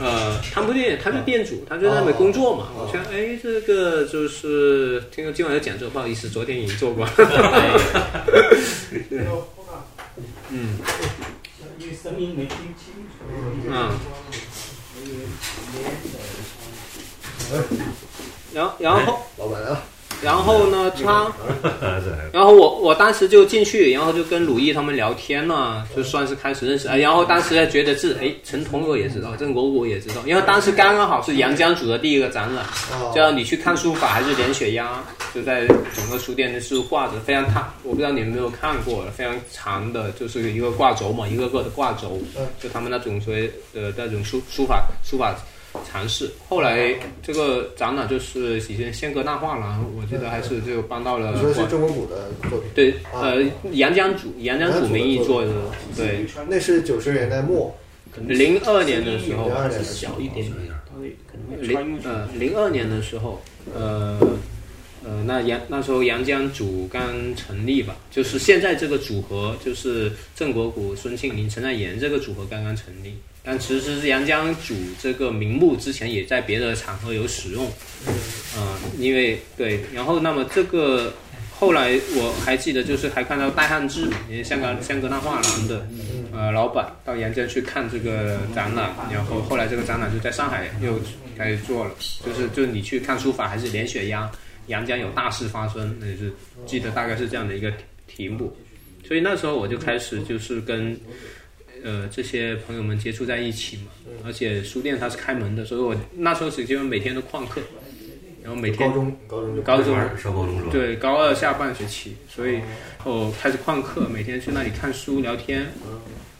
S4: 呃，他不店，
S3: 啊
S4: 他是店主，他就在那
S3: 哦
S4: 里工作嘛。我觉得，哎，这个就是听说今晚有讲座，不好意思，昨天已经做过了。
S3: 哎
S4: 嗯
S14: 因为声音没听清楚。
S4: 嗯。然后，然后
S3: 哎老板来了。
S4: 然后呢，他
S15: 对，
S4: 然后我我当时就进去，然后就跟鲁毅他们聊天呢，就算是开始认识。哎，然后当时还觉得自哎，陈同我也知道，郑国武我也知道，因为当时刚刚好是阳江组的第一个展览，
S3: 哦
S4: 叫你去看书法还是量血压，就在整个书店的是挂着非常大，我不知道你们有没有看过，非常长的，就是一个挂轴嘛，一个个的挂轴，
S3: 嗯
S4: 就他们那种所谓的那种书书法书法尝试。后来这个展览就是以前仙阁大画廊，我记得还是就搬到了
S3: 你说是郑国谷的作品，
S4: 对，呃，阳江组阳江组名义做的，对，
S3: 那是九十年代末，
S4: 零二年的时候
S3: 零二年的时候
S4: 小一点点，零呃零二年的时候，呃呃，那杨那时候阳江组刚成立吧，就是现在这个组合就是郑国谷、孙庆林、陈占炎这个组合刚刚成立，但其实阳江组这个名目之前也在别的场合有使用，呃，因为对，然后那么这个后来我还记得，就是还看到戴汉志，也香港香格纳画廊的呃老板到沿江去看这个展览，然后后来这个展览就在上海又开始做了，就是就是你去看书法还是连血压，阳江有大事发生，那就是记得大概是这样的一个题目，所以那时候我就开始就是跟。呃，这些朋友们接触在一起嘛，而且书店它是开门的，所以我那时候是基本每天都旷课，然后每天
S3: 高中高中就
S4: 高中
S3: 上高中是吧
S4: 对高二下半学期，所以我开始旷课，每天去那里看书聊天。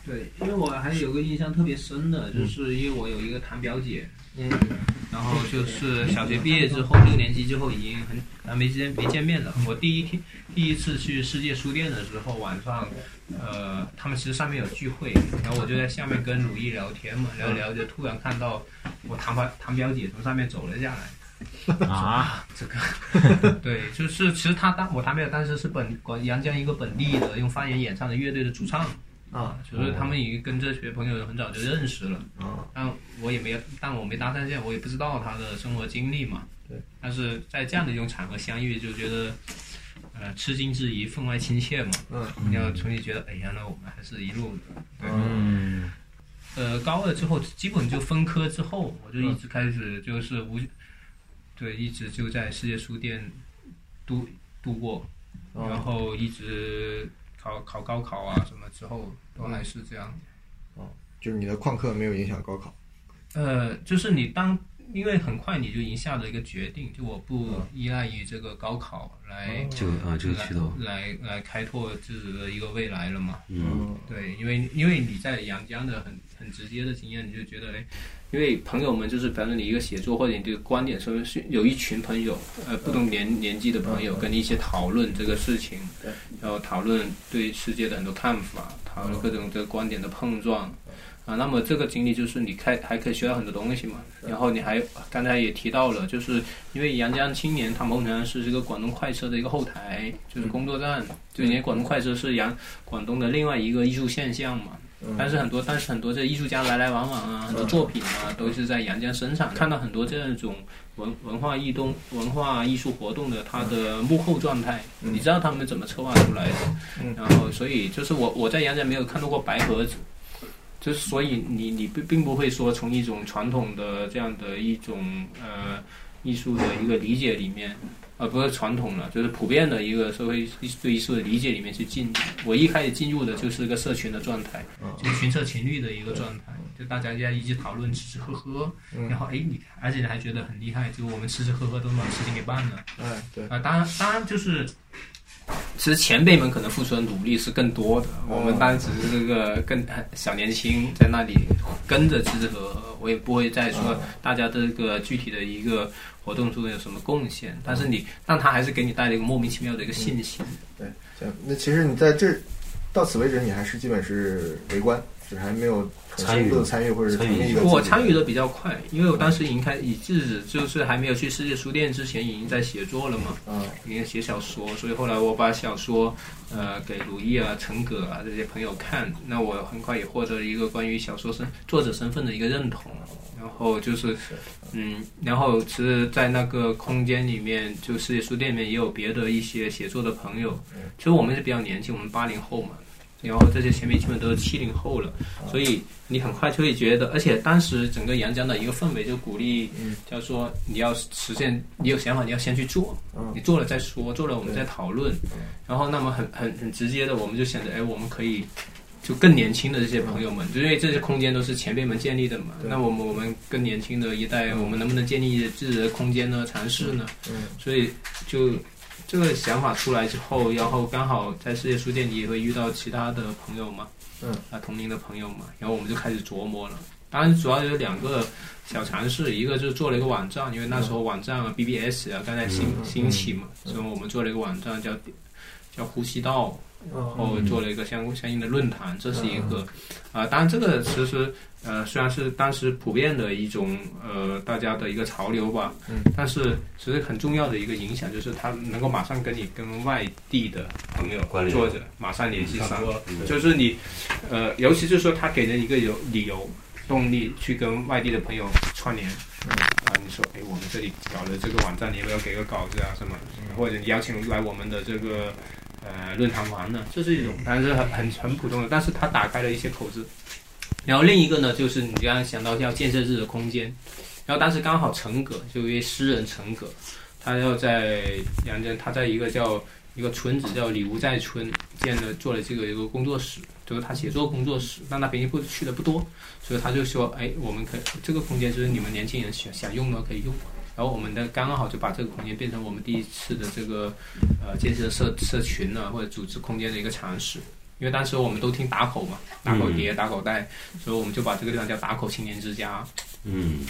S16: 对，因为我还有个印象特别深的，就是因为我有一个堂表姐，
S3: 嗯，
S16: 然后就是小学毕业之后，六年级之后已经很啊没见没见面了。我第一天第一次去世界书店的时候，晚上，呃，他们其实上面有聚会，然后我就在下面跟鲁毅聊天嘛，聊着聊着突然看到我堂表堂表姐从上面走了下来。
S7: 啊，
S16: 这个对，就是其实他当我堂表当时是本广阳江一个本地的用方言演唱的乐队的主唱
S3: 啊，
S16: 就是他们已经跟这些朋友很早就认识了，但我也没有，但我没搭上线，我也不知道他的生活经历嘛。
S3: 对，
S16: 但是在这样的一种场合相遇，就觉得呃吃惊之余分外亲切嘛。
S3: 嗯
S16: 要从你觉得，哎呀，那我们还是一路的。对
S7: 嗯，
S16: 呃，高二之后基本就分科之后，我就一直开始就是无，对，一直就在世界书店度度过，
S3: 哦
S16: 然后一直考考高考啊什么之后都还是这样。
S3: 就是你的旷课没有影响高考，
S16: 呃，就是你当因为很快你就已经下了一个决定，就我不依赖于这个高考来
S15: 这个啊这个渠道
S16: 来来来开拓自己的一个未来了嘛。
S15: 嗯，
S16: 对，因为因为你在阳江的很很直接的经验，你就觉得哎，因为朋友们就是反正你一个写作或者你这个观点，说是有一群朋友，呃，不同年年纪的朋友跟你一起讨论这个事情，然后讨论对世界的很多看法，讨论各种这个观点的碰撞。
S4: 啊，那么这个经历就是你开还可以学到很多东西嘛。然后你还刚才也提到了，就是因为阳江青年，它某种程度上是这个广东快车的一个后台，就是工作站。就因为广东快车是阳广东的另外一个艺术现象嘛。但是很多，但是很多这艺术家来来往往啊，很多作品啊，都是在阳江生产。看到很多这种文文化艺动、文化艺术活动的它的幕后状态，你知道他们怎么策划出来的。然后，所以就是我我在阳江没有看到过白盒子，就是所以你你并并不会说从一种传统的这样的一种呃艺术的一个理解里面，呃不是传统了，就是普遍的一个社会对艺术的理解里面去进入。我一开始进入的就是一个社群的状态，就是群策群力的一个状态，就大家在一起讨论吃吃喝喝，
S17: 嗯
S4: 然后哎你而且你还觉得很厉害，就我们吃吃喝喝都能把事情给办了。
S3: 嗯，对
S4: 啊、当然当然就是。其实前辈们可能付出的努力是更多的，我们当然只是这个更小年轻在那里跟着吃吃喝喝，我也不会再说大家这个具体的一个活动中有什么贡献，但是你，但他还是给你带来一个莫名其妙的一个信息。
S12: 对，行，那其实你在这到此为止，你还是基本是围观，只还没有
S4: 参与
S12: 重新参与或者是成立一个
S4: 我
S12: 自己
S4: 参与的比较快，因为我当时已经开，已自就是还没有去世界书店之前，已经在写作了嘛，
S12: 嗯，
S4: 已经写小说，所以后来我把小说，呃，给鲁毅啊、陈葛啊这些朋友看，那我很快也获得了一个关于小说身作者身份的一个认同，然后就是，嗯，然后其实，在那个空间里面，就世界书店里面也有别的一些写作的朋友，
S12: 嗯
S4: 其实我们是比较年轻，我们八零后嘛，然后这些前辈基本都是七零后了，
S12: 嗯
S4: 所以你很快就会觉得，而且当时整个阳江的一个氛围就鼓励，叫做你要实现，你有想法你要先去做，你做了再说，做了我们再讨论，然后那么很很很直接的，我们就想着，哎，我们可以。就更年轻的这些朋友们，就因为这些空间都是前辈们建立的嘛。
S17: 对
S4: 那我们我们更年轻的一代，我们能不能建立自己的空间呢？尝试呢？所以就这个想法出来之后，然后刚好在世界书店你也会遇到其他的朋友嘛，
S12: 嗯，
S4: 啊同龄的朋友嘛，然后我们就开始琢磨了。当然，主要有两个小尝试，一个就是做了一个网站，因为那时候网站啊、BBS 啊刚才兴
S17: 嗯
S4: 兴起嘛，所以我们做了一个网站叫叫呼吸道，然
S7: 嗯
S4: 后做了一个相相应的论坛，这是一个啊、当然这个其实呃虽然是当时普遍的一种呃大家的一个潮流吧，
S12: 嗯
S4: 但是其实很重要的一个影响就是它能够马上跟你跟外地的朋友
S7: 关联
S4: 作者马上联系上
S7: 差不多，嗯
S4: 就是你呃尤其是说他给人一个有理由动力去跟外地的朋友串联。啊，你说，哎，我们这里搞了这个网站，你要不要给个稿子啊什么？或者你邀请来我们的这个呃论坛玩呢？这是一种，当然是很很很普通的，但是它打开了一些口子。然后另一个呢，就是你刚刚想到要建设自己的空间，然后当时刚好陈葛，就一位诗人陈葛，他要在杨江，他在一个叫一个村子叫李吴寨村建了做了这个一个工作室，就是他写作工作室，但他平时不去的不多，所以他就说，哎，我们可以这个空间就是你们年轻人想想用的可以用。然后我们的刚好就把这个空间变成我们第一次的这个呃建设社社群呢、或者组织空间的一个尝试，因为当时我们都听打口嘛，打口碟、打口袋，所以我们就把这个地方叫打口青年之家。
S7: 嗯，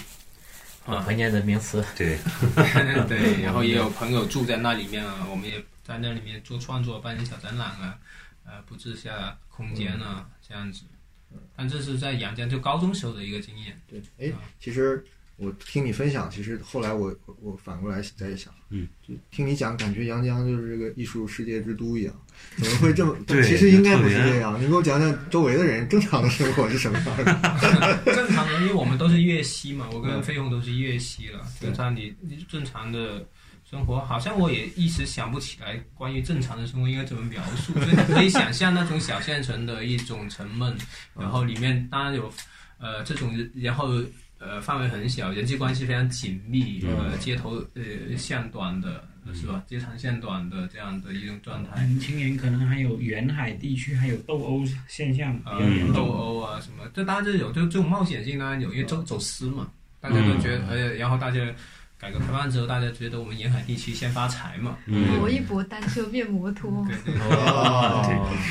S4: 啊，
S8: 怀念的名词。
S7: 对
S4: 对，然后也有朋友住在那里面啊，我们也在那里面做创作，办一些小展览啊，呃，布置一下空间啊，这样子。但这是在阳江就高中时候的一个经验。
S12: 对，哎，其实我听你分享，其实后来我我我反过来再想，
S7: 嗯，？
S12: 就听你讲，感觉阳江就是这个艺术世界之都一样，怎么会这么
S7: 对
S12: 其实应该不是
S7: 特别
S12: 这样。你给我讲讲周围的人正常的生活是什么 样的？
S4: 正常的，因为我们都是粤西嘛，我跟飞鸿都是粤西了。正常你你正常的生活，好像我也一时想不起来关于正常的生活应该怎么描述，所以你可以想象那种小县城的一种沉闷，然后里面当然有呃这种，然后呃范围很小，人际关系非常紧密，呃街头呃巷短的是吧？街长巷短的这样的一种状态。
S5: 啊年轻人可能还有沿海地区还有斗殴现象比较严
S4: 嗯，斗
S5: 重。
S4: 殴啊什么，这当然这有，就这种冒险性当然有，因为走走私嘛，大家都觉
S18: 嗯
S4: 得，而且然后大家改革开放之后，大家觉得我们沿海地区先发财嘛，
S19: 嗯
S18: 搏一搏，单车变摩托。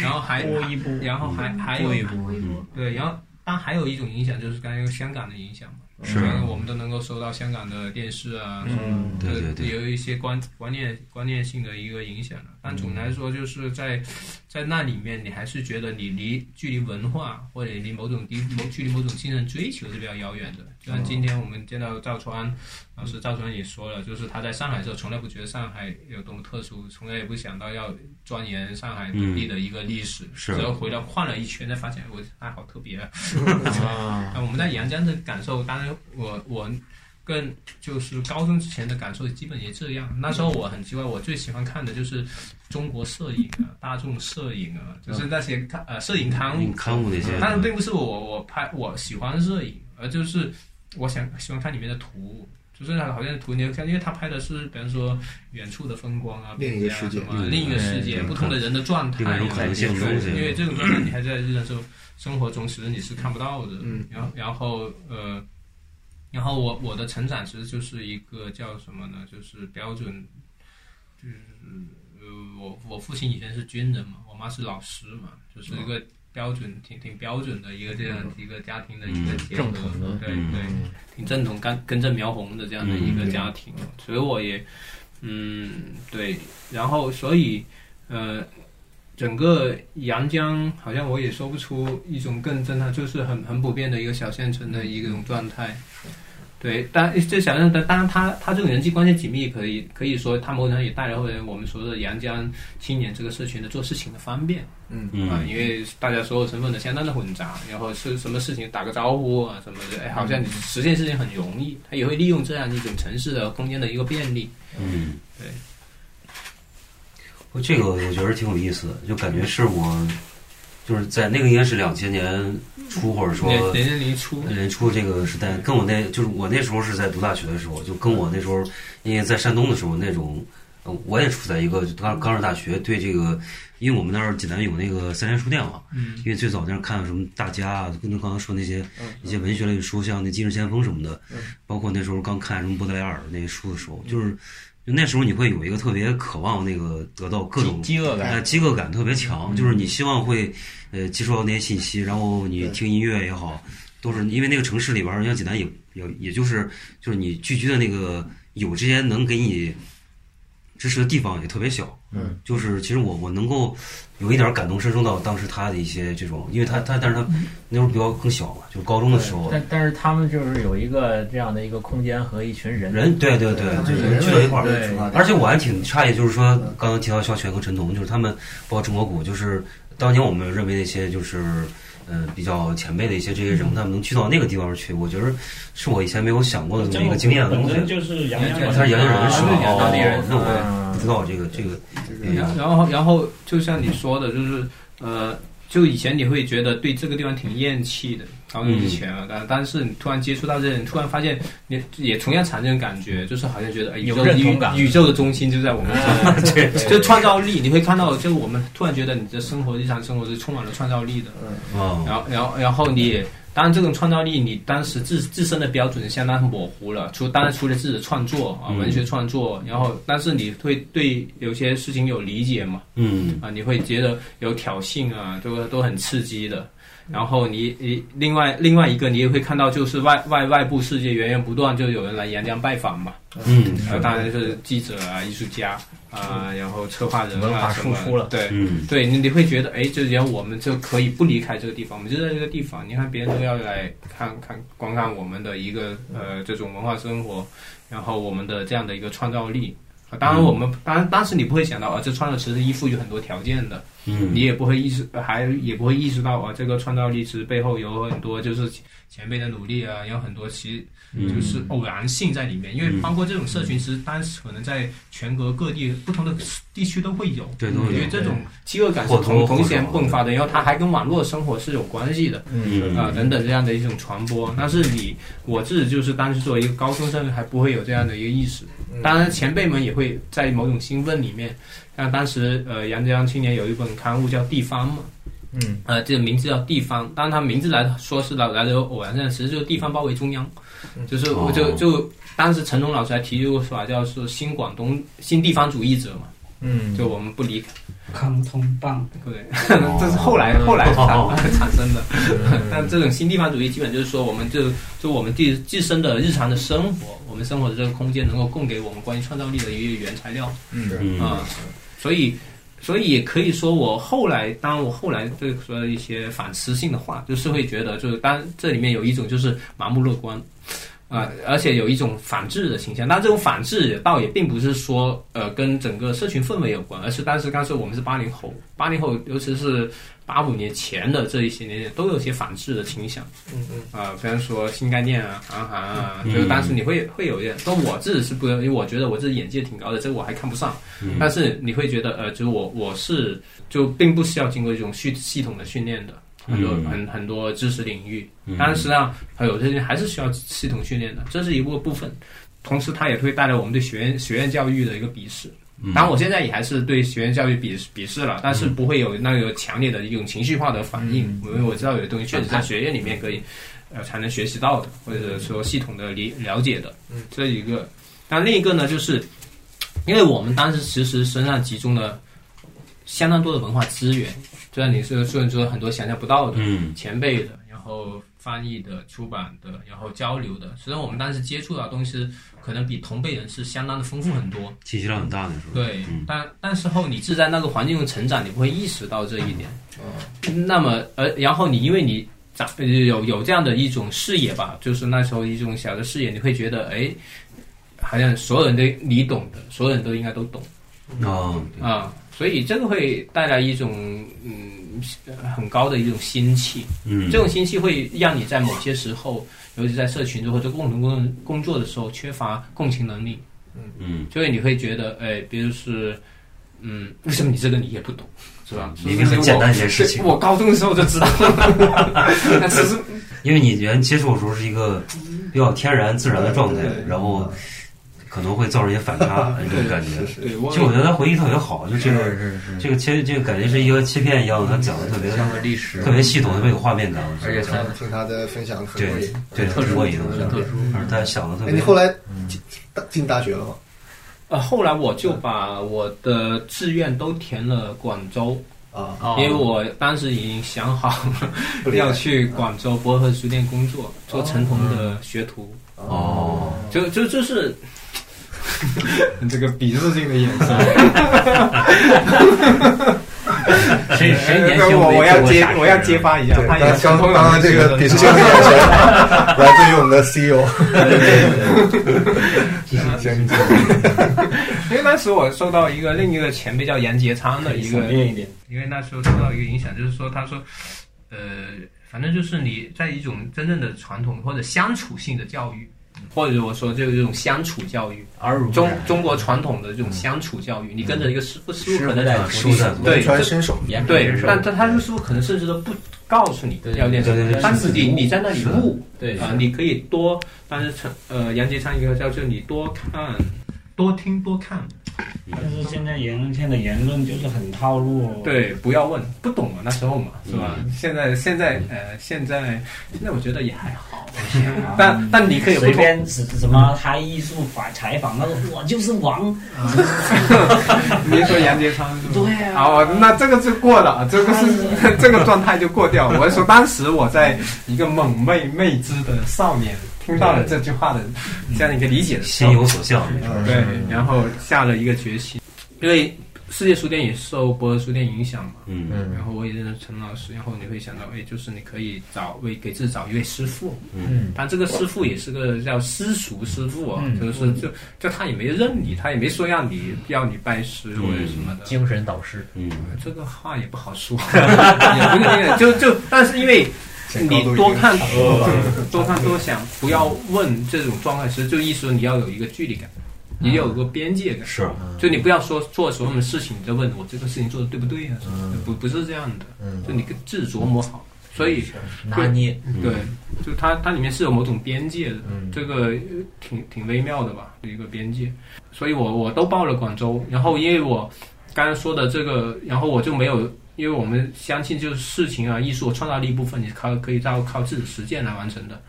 S4: 然后还
S18: 搏
S4: 一然后还还有
S18: 搏一搏嗯
S4: 对，然后但还有一种影响就是刚才有香港的影响嘛，
S7: 是
S4: 因为我们都能够收到香港的电视啊，
S7: 嗯
S4: 什么的
S7: 对对对
S4: 啊
S7: 嗯
S4: 有一些观观念观念性的一个影响了。但总的来说，就是在在那里面，你还是觉得你离距离文化或者离某种离某距离某种精神追求是比较遥远的。就像今天我们见到赵川老师，赵川也说了，就是他在上海的时候，从来不觉得上海有多么特殊，从来也不想到要钻研上海本地的一个历史。
S7: 嗯是
S4: 只要回到晃了一圈，才发现我它好特别啊！
S8: 啊
S4: 那我们在阳江的感受，当然我我更就是高中之前的感受，基本也这样。那时候我很奇怪，我最喜欢看的就是中国摄影啊、大众摄影啊，就是那些刊呃摄影刊物、
S7: 刊物那些
S4: 当然并不是我我拍我喜欢摄影，而就是我想喜欢看里面的图。就是好像图你要看，因为他拍的是，比方说远处的风光啊，
S3: 另一个世界
S4: 啊什么另一个世界，
S3: 嗯
S4: 不同的人的状态啊
S7: 另外一种可能性的东西
S4: 对因为这种状态你还在日常生生活中，其实你是看不到的。
S3: 嗯
S4: 然后然后呃，然后我我的成长其实就是一个叫什么呢？就是标准，就是呃，我我父亲以前是军人嘛，我妈是老师嘛，就是一
S8: 哦
S4: 个标准挺挺标准的一个这样一个家庭的一个
S8: 嗯
S4: 结合，
S8: 正统的
S4: 对
S8: 嗯
S4: 对，挺正统根根正苗红的这样的一个家庭，所以我也嗯对，然后所以呃。整个阳江好像我也说不出一种更震撼，就是很很普遍的一个小县城的一种状态。对，但这小镇，但当然他他这种人际关系紧密，可以可以说他某种程度上也带来后来我们所说的阳江青年这个社群的做事情的方便，
S3: 嗯
S4: 啊，因为大家所有身份都相当的混杂，然后是什么事情打个招呼啊什么的，哎，好像你
S7: 嗯
S4: 实现事情很容易，他也会利用这样一种城市的空间的一个便利，
S7: 嗯，
S4: 对，
S7: 不过这个我觉得挺有意思的，就感觉是我就是在那个应该是两千年初，或者说
S4: 两两千年初
S7: 年初这个时代，跟我那就是我那时候是在读大学的时候，就跟我那时候因为在山东的时候那种，呃我也处在一个刚刚上大学，对这个，因为我们那儿济南有那个三联书店嘛，
S4: 嗯
S7: 因为最早那儿看什么大家啊，跟他刚刚说那些一些文学类的书，像那《今日先锋》什么的，包括那时候刚看什么波德莱尔那些书的时候，就是。就那时候你会有一个特别渴望那个得到各种
S8: 饥饿感
S7: 哎饥饿感特别强，就是你希望会呃接触到那些信息，然后你听音乐也好，都是因为那个城市里边儿，像济南也也也就是就是你聚居的那个有这些能给你支持的地方也特别小，
S13: 嗯，
S7: 就是其实我我能够有一点感同身受到当时他的一些这种，因为他他但是他那时候比较更小嘛，就是高中的时候，
S8: 但但是他们就是有一个这样的一个空间和一群人
S7: 人对对对，就是聚到一块儿。而且我还挺诧异，就是说刚刚提到肖全和陈彤，就是他们包括中国古，就是当年我们认为那些就是呃比较前辈的一些这些人物，他们能聚到那个地方去，我觉得是我以前没有想过的这么一个经验的东西。
S4: 嗯
S7: 哦他是洋人是吧？哦，嗯那我不知道这个这个。
S4: 然后然后然后就像你说的，就是呃，就以前你会觉得对这个地方挺厌弃的，好久
S7: 嗯
S4: 以前啊，但、但是你突然接触到这人，突然发现你也同样产生感觉，就是好像觉得哎，宇
S8: 有
S4: 宙
S8: 认同
S4: 宇
S8: 感
S4: 宇宙的中心就在我们
S7: 啊
S4: 这里，
S8: 对
S4: 就创造力，你会看到，就是我们突然觉得你的生活日常生活是充满了创造力的，
S7: 哦
S4: 然后然后然后你也。当然，这种创造力，你当时自自身的标准相当模糊了。除当然除了自己的创作啊，
S7: 嗯
S4: 文学创作，然后但是你会对有些事情有理解嘛？
S7: 嗯
S4: 啊，你会觉得有挑衅啊，都都很刺激的。然后你你另外另外一个，你也会看到，就是外外外部世界源源不断，就有人来阳江拜访嘛。
S7: 嗯
S4: 然后当然是记者啊、艺术家啊，然后策划人
S8: 文化
S4: 啊什么
S8: 输出了
S4: 对，
S7: 嗯
S4: 对你你会觉得，哎，这人我们就可以不离开这个地方，我们就在这个地方。你看别人都要来看看观看我们的一个呃这种文化生活，然后我们的这样的一个创造力。啊当然，我们当然当时你不会想到啊，这创造其实依附有很多条件的，
S7: 嗯
S4: 你也不会意识，还也不会意识到啊，这个创造力其实背后有很多就是前辈的努力啊，有很多其
S7: 嗯
S4: 实就是偶然性在里面，因为包括这种社群，其实当时可能在全国各地不同的地区都会有，
S7: 对都
S4: 因
S7: 会有
S4: 为这种饥饿感是
S7: 或多
S4: 嗯同
S7: 或少
S4: 同时间迸发的，然后它还跟网络生活是有关系的，
S7: 嗯
S4: 啊、等等这样的一种传播。但是你我自己就是当时作为一个高中生，还不会有这样的一个意识。当然，前辈们也会在某种兴奋里面。像当时呃，阳江青年有一本刊物叫《地方》嘛，
S8: 嗯，
S4: 呃，这个名字叫地方，当然它名字来说是来来自于偶然性，其实就是地方包围中央，就是我就
S7: 哦
S4: 就当时陈龙老师还提出一个说法叫是新广东新地方主义者嘛，
S8: 嗯
S4: 就我们不离开，
S20: 康通棒，
S4: 对， 这是后来
S20: 哦
S4: 后来产、
S20: 哦
S4: 产生的，但这种新地方主义基本就是说，我们就就我们自自身的日常的生活，我们生活的这个空间能够供给我们关于创造力的一个原材料，
S8: 嗯
S4: 啊、所以所以也可以说，我后来，当然我后来对说一些反思性的话，就是会觉得，就是当这里面有一种就是盲目乐观，啊、而且有一种反制的倾向。但这种反制倒也并不是说呃跟整个社群氛围有关，而是当时刚说我们是八零后，八零后尤其是八五年前的这一些年都有些反制的倾向。
S21: 嗯嗯
S4: 啊、比方说新概念啊、韩寒啊，
S21: 嗯
S4: 就是当时你会会有一点，但我自己是不，因为我觉得我自己眼界挺高的，这个我还看不上。
S21: 嗯
S4: 但是你会觉得，呃，就是我我是就并不需要经过一种系系统的训练的，很多、
S7: 嗯
S4: 很很多知识领域
S7: 嗯，
S4: 但是实际上还有这些还是需要系统训练的，这是一部部分。同时，它也会带来我们对学院学院教育的一个鄙视。
S7: 嗯
S4: 当然，我现在也还是对学院教育鄙鄙视了，但是不会有那个强烈的一种情绪化的反应，
S7: 嗯
S4: 因为我知道有些东西确实在学院里面可以，呃，才能学习到的，或者说系统的理了解的，
S21: 嗯
S4: 这一个。但另一个呢，就是因为我们当时其实身上集中了相当多啊的文化资源，就像你说说你说很多想象不到的，
S7: 嗯
S4: 前辈的，然后翻译的、出版的，然后交流的，实际上我们当时接触到的东西，可能比同辈人是相当的丰富很多。
S7: 信息量很大的时候，
S4: 对，
S7: 嗯
S4: 但但是后你是在那个环境中成长，你不会意识到这一点。
S7: 嗯
S4: 那么呃，然后你因为你长呃有有这样的一种视野吧，就是那时候一种小的视野，你会觉得哎，好像所有人都你懂的，所有人都应该都懂。
S7: 哦，
S4: 啊，所以这个会带来一种嗯很高的一种心气，
S7: 嗯
S4: 这种心气会让你在某些时候，尤其在社群中或者共同工工作的时候，缺乏共情能力，
S7: 嗯，
S4: 所以你会觉得，哎，比如是，嗯，为什么你这个你也不懂，是吧？
S7: 明明嗯很简单一件事情
S4: 对我高中的时候就知道 了，但其实
S7: 因为你原接触的时候是一个比较天然自然的状态，然后可能会造成一些反差，这种感觉。
S4: 对我
S7: 其实我觉得他回忆特别好，就这个
S22: 是是是
S7: 这个切这个感觉是一个切片一样的，他讲的特别
S22: 像个历史
S7: 特别系统，特别有画面感。
S22: 而且他
S3: 听他的分享很
S7: 对
S3: 过瘾，
S7: 对特殊过瘾，
S3: 特
S7: 殊。而他想的特嗯
S3: 哎，
S7: 别。
S3: 你后来进大进大学了吗？
S4: 呃，后来我就把我的志愿都填了广州
S3: 啊
S8: 哦
S7: 哦
S4: 因为我当时已经想好了
S3: 不厉害
S4: 要去广州博和书店工作，做陈彤
S7: 嗯
S4: 的学徒。
S7: 哦，
S4: 就就就是 这个鄙视性的眼神。
S8: 谁谁年轻
S4: 我
S8: 没
S4: 我要
S8: 做过
S4: 接
S8: 傻事
S4: 我要揭发一下，他也
S3: 刚
S4: 通
S3: 刚
S4: 了
S12: 啊
S3: 刚这 个鄙视性的眼神来自于我们
S12: E
S3: 的 CEO。行，
S4: 因为当时我受到一个另一个前辈叫杨杰昌的一个
S22: 闪电一点，
S4: 因为那时候受到一个影响，就是说他说，呃，反正就是你在一种真正的传统或者相处性的教育，或者我说就是这种相处教育，
S22: 耳
S8: 濡目
S4: 中
S8: 染
S4: 中国传统的这种相处教育，你跟着一个师傅师
S8: 师
S4: 傅
S8: 傅
S4: 可能在
S8: 在
S4: 徒弟
S8: 疏散
S4: 对
S8: 言啊传身手
S4: 对
S8: 言传
S4: 对
S8: 身，手
S4: 但但他师傅可能甚至都不告诉你要练什
S8: 对对
S4: 么
S8: 对，
S4: 但
S8: 是
S4: 是你你在那里
S8: 是的
S4: 悟，
S8: 对
S4: 啊
S8: 是，
S4: 你可以多，但是成呃杨杰昌一个叫就是你多看多听多看。
S5: 但是现在言论现在言论就是很套路，
S4: 对，不要问，不懂嘛，那时候嘛，是吧？
S5: 嗯
S4: 现在现在呃，现在现在我觉得也还好，
S5: 啊
S4: 但但你可以不
S5: 随
S4: 同
S5: 便什什么拍艺术法采访，那个我就是王。
S4: 你说杨杰昌 是吗？
S5: 对啊
S4: 哦，那这个就过了，这个 是这个状态就过掉了。我是说，当时我在一个懵昧未知的少年，听到了这句话的这样一个理解的时候
S7: 心有所向没错
S4: 对
S7: 是，
S4: 然后下了一个决心，因为世界书店也受博尔书店影响嘛，
S7: 嗯嗯
S4: 然后我也认识陈老师，然后你会想到，哎，就是你可以找为给自己找一位师傅，
S7: 嗯
S4: 但这个师傅也是个叫私塾师傅啊，
S8: 嗯
S4: 就是就就他也没认你，他也没说让你要你拜师或者什么的，
S8: 精神导师，
S7: 嗯，
S4: 这个话也不好说， 也不是因为就就，但是因为你多看哦多看多想，不要问这种状态时，就意思说你要有一个距离感，你要有个边界感，
S7: 是，
S4: 就你不要说做所有的事情，你就问我这个事情做的对不对啊，不不是这样的，就你自己琢磨好，所以
S8: 拿捏
S4: 对
S8: 嗯，
S4: 就它它里面是有某种边界的，这个呃挺挺微妙的吧，一个边界。所以我我都报了广州，然后因为我刚刚说的这个，然后我就没有，因为我们相信就是事情啊、艺术创造力部分，你靠可以靠靠自己实践来完成的，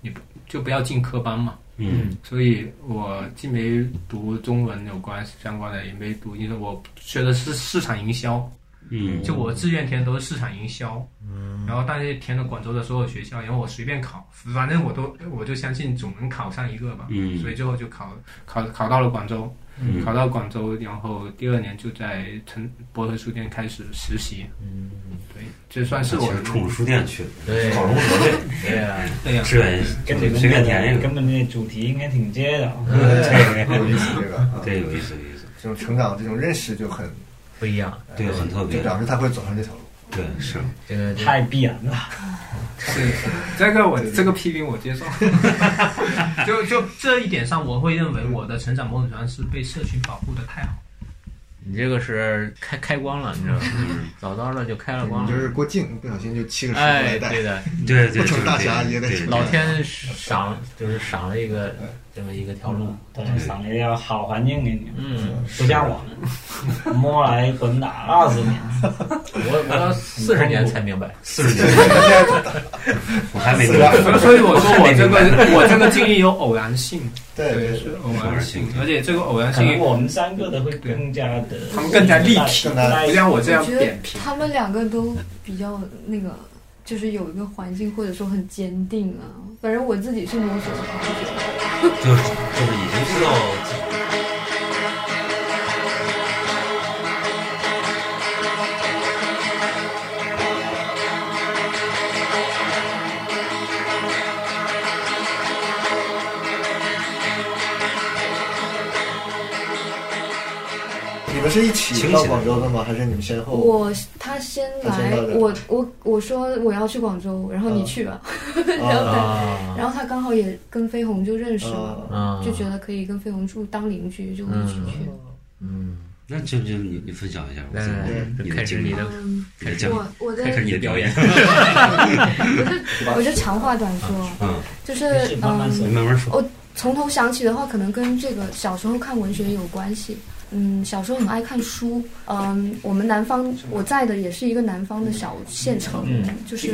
S4: 你不就不要进科班嘛。
S7: 嗯，
S4: 所以我既没读中文有关相关的，也没读，因为我学的是市场营销，
S7: 嗯
S19: 就我志愿填的都是市场营销，
S7: 嗯
S19: 然后但是填了广州的所有学校，然后我随便考，反正我都我就相信总能考上一个吧，
S7: 嗯
S19: 所以最后就考考考到了广州，
S7: 嗯
S19: 考到广州，然后第二年就在成博和书店开始实习，
S7: 嗯，
S19: 对，这算是我
S7: 其实冲着书店去的
S19: 对，
S7: 考融合类
S19: 对呀，对呀，
S7: 志愿
S5: 跟你们
S7: 随便填一个
S5: 根本那主题应该挺接的啊。
S7: 对
S3: 有意思这个，啊
S7: 对有意思有意思，
S3: 这种成长这种认识就很
S13: 不一样，
S7: 对很特别
S3: 就表示他会走上这条路。
S7: 对，是
S13: 这个
S5: 太必然了。
S19: 是这个我这个批评我接受，就就这一点上，我会认为我的成长某种程度上是被社群保护的太好。
S13: 你这个是开开光了，你知道吗？早早的就开了光了，
S12: 你就是过境，不小心就七个十
S13: 哎，
S12: 来代，
S13: 对的，
S12: 不成大侠也得
S13: 老天赏就是赏了一个这么一个条路，
S5: 当然赏了一条好环境给你，
S13: 嗯，
S5: 不像我们摸来滚打二十年，
S13: 我我要40年才明白
S7: 40年我还没明白
S19: 所以我说我这
S7: 我还没明白
S19: 个我这个经历有偶然性，
S3: 对
S19: 是偶然性，而且这个偶然性
S5: 可能我们三个的会更加的，
S19: 他们更加立体
S5: 更加
S19: 不像我这样
S6: 我觉得他们两个都比较那个，就是有一个环境或者说很坚定啊。反正我自己是没有什么感觉。
S7: 就是就是已经知道自己
S3: 你们是一起
S7: 清
S3: 到
S7: 醒
S3: 广州的吗？还是你们先
S7: 哦
S3: 后？
S6: 我他先
S3: 他先
S6: 来
S3: 到，这
S6: 我我我说我要去广州，然后你去吧，
S7: 嗯
S6: 然后
S13: 啊
S6: 他然后他刚好也跟飞鸿就认识了，
S7: 啊
S6: 就觉得可以跟飞鸿住当邻居，就一起去了。
S13: 嗯，
S7: 那这不就你你分享一下我
S13: 来来来
S7: 怎么你的
S13: 开始
S7: 经历
S13: 你的
S7: 嗯你的经历
S6: 嗯我我的
S7: 开始你的表演，
S6: 我就我就长话短说，
S7: 嗯，
S6: 就是
S7: 没事
S6: 嗯，
S7: 慢慢说慢慢说
S6: 我从头想起的话，可能跟这个小时候看文学有关系。嗯，小时候很爱看书。嗯，我们南方我在的也是一个南方的小县城，
S9: 嗯
S6: 就是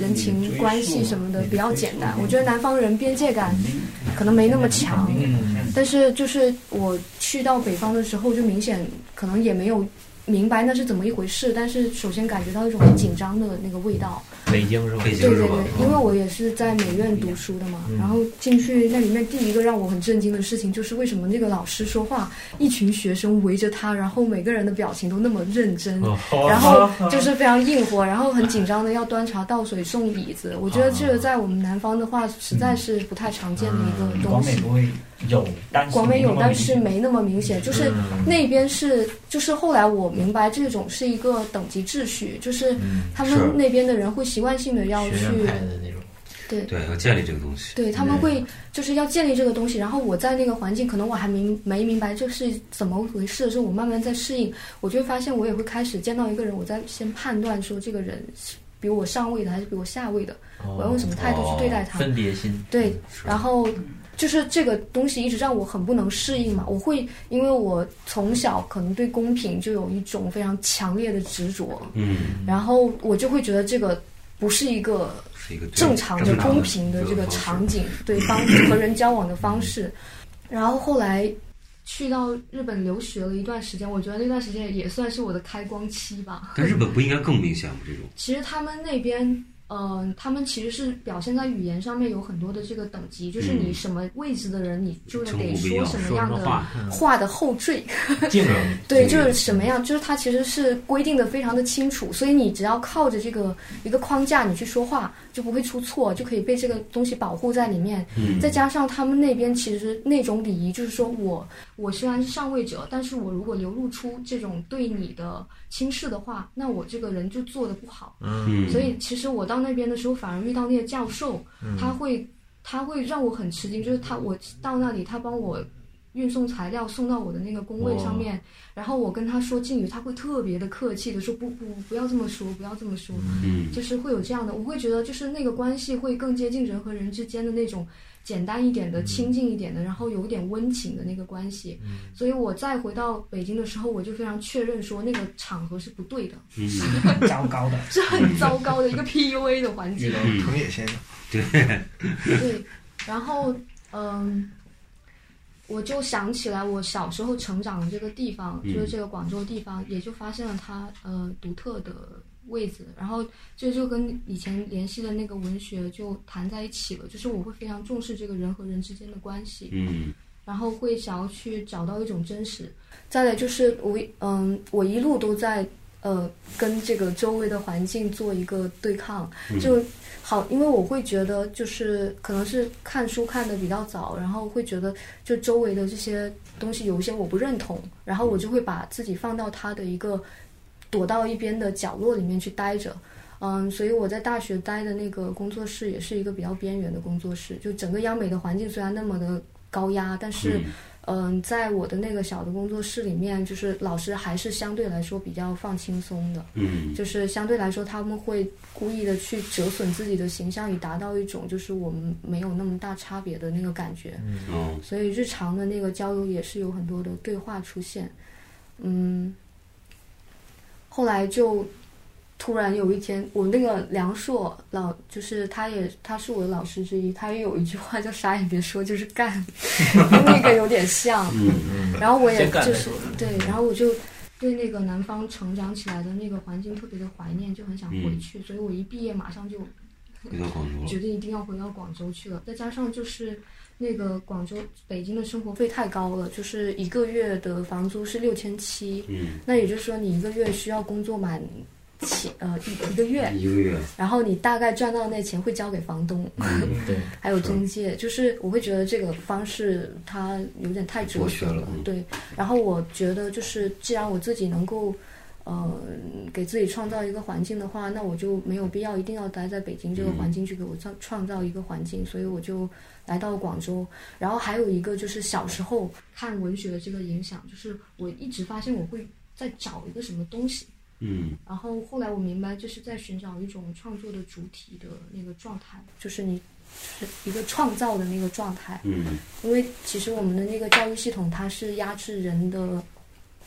S6: 人情关系什么的比较简单。我觉得南方人边界感可能没那么强。
S9: 嗯
S6: 但是就是我去到北方的时候，就明显可能也没有明白那是怎么一回事，但是首先感觉到一种紧张的那个味道。
S13: 北京嗯是吧？
S7: 北
S6: 对对对，
S7: 嗯
S6: 因为我也是在美院读书的嘛，
S13: 嗯
S6: 然后进去那里面第一个让我很震惊的事情就是为什么那个老师说话，一群学生围着他，然后每个人的表情都那么认真，
S9: 哦
S6: 然后
S7: 嗯
S6: 就是非常硬核，然后很紧张的要端茶倒水送椅子。
S7: 嗯
S6: 我觉得这个在我们南方的话实在是不太常见的
S7: 嗯
S6: 一个东
S5: 广
S6: 西
S5: 美。不会有，但是
S6: 广美有，
S5: 没那么
S6: 但
S5: 明
S6: 是
S5: 显
S6: 没那么明显。就是
S5: 嗯
S6: 那边是，就是后来我明白这种是一个等级秩序，就是
S5: 嗯
S6: 他
S7: 是
S6: 们那边的人会习惯性的要去
S7: 学院派的那种，
S6: 对
S7: 对，要建立这个东西，
S6: 对，他们会就是要建立这个东西，然后我在那个环境，可能我还明没明白这是怎么回事的时候，我慢慢在适应，我就会发现我也会开始见到一个人，我在先判断说这个人是比我上位的还是比我下位的，我要用什么态度去对待他。
S13: 哦分别心，
S6: 对，
S7: 嗯
S6: 然后就是这个东西一直让我很不能适应嘛。我会因为我从小可能对公平就有一种非常强烈的执着，
S7: 嗯，
S6: 然后我就会觉得这个不是一个
S7: 是一个对
S6: 正常的
S7: 正常的
S6: 公平的这个场景，对方和人交往的方式。然后后来去到日本留学了一段时间，我觉得那段时间也算是我的开光期吧。
S7: 但日本不应该更明显吗？这种
S6: 其实他们那边，嗯、他们其实是表现在语言上面有很多的这个等级，就是
S7: 嗯
S6: 你什么位置的人，你就
S7: 称呼
S6: 得
S7: 不一
S6: 说
S7: 样
S6: 什
S7: 说
S6: 么样
S7: 什么
S6: 的
S7: 话嗯
S6: 话的后缀。
S7: 敬人
S6: 对，就是什么样，就是它其实是规定的非常的清楚，所以你只要靠着这个一个框架你去说话，就不会出错，就可以被这个东西保护在里面。
S9: 嗯
S6: 再加上他们那边其实那种礼仪，就是说我我虽然是上位者，但是我如果流露出这种对你的轻视的话，那我这个人就做的不好。
S9: 嗯
S6: 所以其实我到那边的时候，反而遇到那个教授，
S9: 嗯
S6: 他会他会让我很吃惊，就是他我到那里，他帮我运送材料送到我的那个工位上面，然后我跟他说敬语，他会特别的客气的说不不不要这么说，不要这么说，
S9: 嗯
S6: 就是会有这样的，我会觉得就是那个关系会更接近人和人之间的那种简单一点
S9: 嗯
S6: 的、亲近一点的，然后有点温情的那个关系。
S9: 嗯
S6: 所以我再回到北京的时候，我就非常确认说那个场合是不对 的，
S7: 嗯
S6: 是一个
S5: 糟糕的，
S6: 是很糟糕的一个 PUA 的环境。
S7: 嗯
S12: 藤野先生，
S7: 对，
S6: 对，然后嗯，我就想起来我小时候成长的这个地方，
S9: 嗯
S6: 就是这个广州地方，也就发现了它呃独特的位置，然后这就跟以前联系的那个文学就谈在一起了，就是我会非常重视这个人和人之间的关系，
S9: 嗯，
S6: 然后会想要去找到一种真实。再来就是我一嗯，我一路都在呃跟这个周围的环境做一个对抗，
S9: 嗯
S6: 就好，因为我会觉得就是可能是看书看的比较早，然后会觉得就周围的这些东西有一些我不认同，然后我就会把自己放到他的一个躲到一边的角落里面去待着。嗯，所以我在大学待的那个工作室也是一个比较边缘的工作室，就整个央美的环境虽然那么的高压，但是。嗯，在我的那个小的工作室里面，就是老师还是相对来说比较放轻松的，
S9: 嗯
S6: 就是相对来说他们会故意的去折损自己的形象，以达到一种就是我们没有那么大差别的那个感觉，
S9: 嗯哦
S6: 所以日常的那个交流也是有很多的对话出现，嗯，后来就突然有一天，我那个梁硕老，就是他也他是我的老师之一，他也有一句话叫“啥也别说，就是干”， 跟那个有点像。
S9: 嗯嗯
S6: 然后我也
S9: 先干再
S6: 就是
S9: 说
S6: 对，然后我就对那个南方成长起来的那个环境特别的怀念，就很想回
S9: 嗯
S6: 去，所以我一毕业马上就
S7: 回到广州了
S6: 决定一定要回到广州去了。再加上就是那个广州、北京的生活费太高了，就是一个月的房租是六千七，
S7: 嗯
S6: 那也就是说你一个月需要工作满七呃一一个月，
S7: 一个月，
S6: 然后你大概赚到那钱会交给房东，
S7: 嗯对
S6: 还有中介，就是我会觉得这个方式它有点太哲
S7: 剥
S6: 学
S7: 削了嗯
S6: 对。然后我觉得就是，既然我自己能够呃给自己创造一个环境的话，那我就没有必要一定要待在北京这个
S7: 嗯
S6: 环境去给我创创造一个环境，所以我就来到广州。然后还有一个就是小时候看文学的这个影响，就是我一直发现我会在找一个什么东西。
S7: 嗯
S6: 然后后来我明白，这是在寻找一种创作的主体的那个状态，就是你是一个创造的那个状态。
S7: 嗯
S6: 因为其实我们的那个教育系统，它是压制人的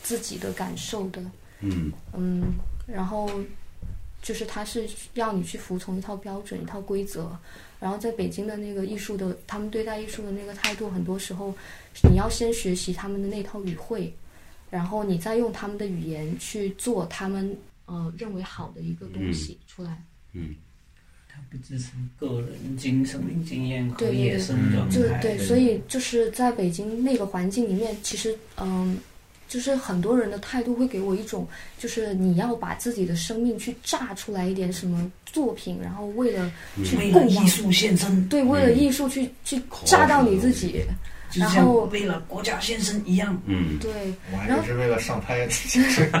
S6: 自己的感受的，
S7: 嗯
S6: 嗯，然后就是它是要你去服从一套标准、一套规则。然后在北京的那个艺术的，他们对待艺术的那个态度，很多时候你要先学习他们的那套语汇，然后你再用他们的语言去做他们呃认为好的一个东西出来。
S7: 嗯，
S5: 它不支持个人经生命经验和
S6: 对
S5: 野
S6: 对
S5: 生状态。
S6: 就对，所以就是在北京那个环境里面，其实嗯，就是很多人的态度会给我一种，就是你要把自己的生命去炸出来一点什么作品，然后为了
S7: 嗯
S6: 去
S5: 为了
S6: 供养
S5: 艺术献身，
S6: 对，为了艺术去去炸到你自己，
S5: 就
S6: 然
S5: 像
S6: 后
S5: 为了国家献身一样。
S7: 嗯
S6: 对，
S3: 我还
S6: 然后
S3: 只是为了上 拍， 过百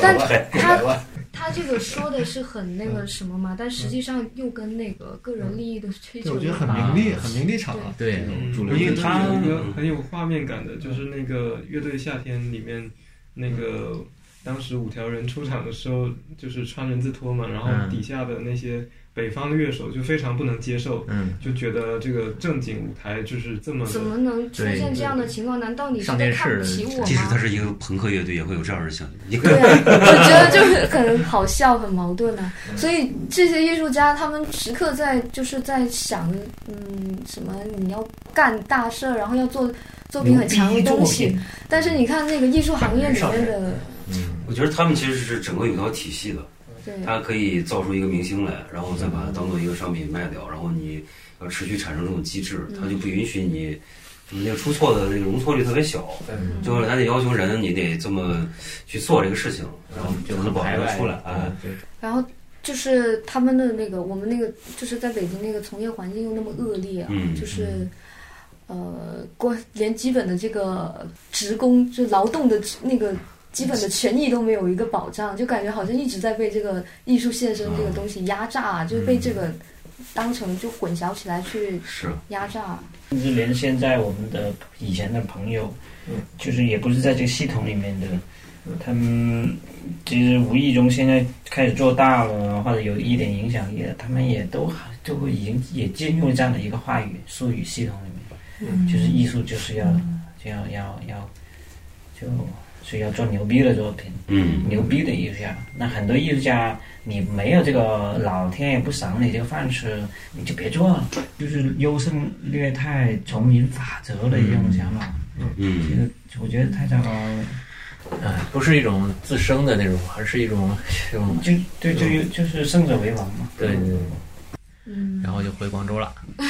S6: 但
S3: 万，过百万。嗯
S6: 他这个说的是很那个什么嘛，但实际上又跟那个个人利益的追
S3: 对，
S6: 求
S3: 我觉得很
S6: 有关
S3: 名利，很名利场啊。
S13: 对
S5: 嗯
S3: 主流
S1: 因为
S3: 的
S1: 它
S3: 这
S1: 有
S3: 个
S1: 一个很有画面感的，就是那个乐队夏天里面那个当时五条人出场的时候，就是穿人字拖嘛，然后
S13: 嗯
S1: 底下的那些北方的乐手就非常不能接受，
S13: 嗯
S1: 就觉得这个正经舞台就是这么的
S6: 怎么能出现这样的情况？难道你是在看不起我
S7: 即使
S6: 吗
S7: 他？是一个朋克乐队，也会有这样的效应。
S6: 对啊，我觉得就是很好笑，很矛盾啊。
S3: 嗯
S6: 所以这些艺术家他们时刻在就是在想，嗯，什么你要干大事儿，然后要做作品很强的东
S7: 牛
S6: 西
S7: 逼作品。
S6: 但是你看那个艺术行业里面的，
S7: 我觉得他们其实是整个有条体系的，
S6: 对，
S7: 他可以造出一个明星来，然后再把它当做一个商品卖掉，然后你要持续产生这种机制，
S6: 嗯
S7: 他就不允许你。你那个出错的那个容错率特别小，
S6: 嗯
S13: 对
S7: 就是他得要求人，你得这么去做这个事情，然后
S13: 就
S7: 可
S13: 很
S7: 能保
S13: 排
S7: 证
S13: 外
S7: 出来。
S13: 嗯
S7: 哎
S13: 对
S6: 然后就是他们的那个我们那个就是在北京那个从业环境又那么恶劣啊，
S9: 嗯
S6: 就是。呃，过连基本的这个职工就劳动的那个基本的权益都没有一个保障，就感觉好像一直在被这个艺术献身这个东西压榨啊，就是被这个当成就混淆起来去
S7: 是
S6: 压榨。
S5: 甚至连现在我们的以前的朋友，就是也不是在这个系统里面的，他们其实无意中现在开始做大了，或者有一点影响力了，他们也都就会已经也进入这样的一个话语术语系统里面，
S9: 嗯
S5: 就是艺术就是要就要要要就所以要做牛逼的作品，
S7: 嗯，
S5: 牛逼的艺术家。那很多艺术家，你没有这个老天爷不赏你这个饭吃，你就别做了，就是优胜劣汰、丛林法则的一种想法。
S7: 嗯，
S5: 这个我觉得太糟糕了。
S13: 哎，不是一种自生的那种，而是一种这种
S5: 就对，就有就是胜者为王嘛。
S13: 对，
S6: 嗯，
S13: 然后就回广州了，回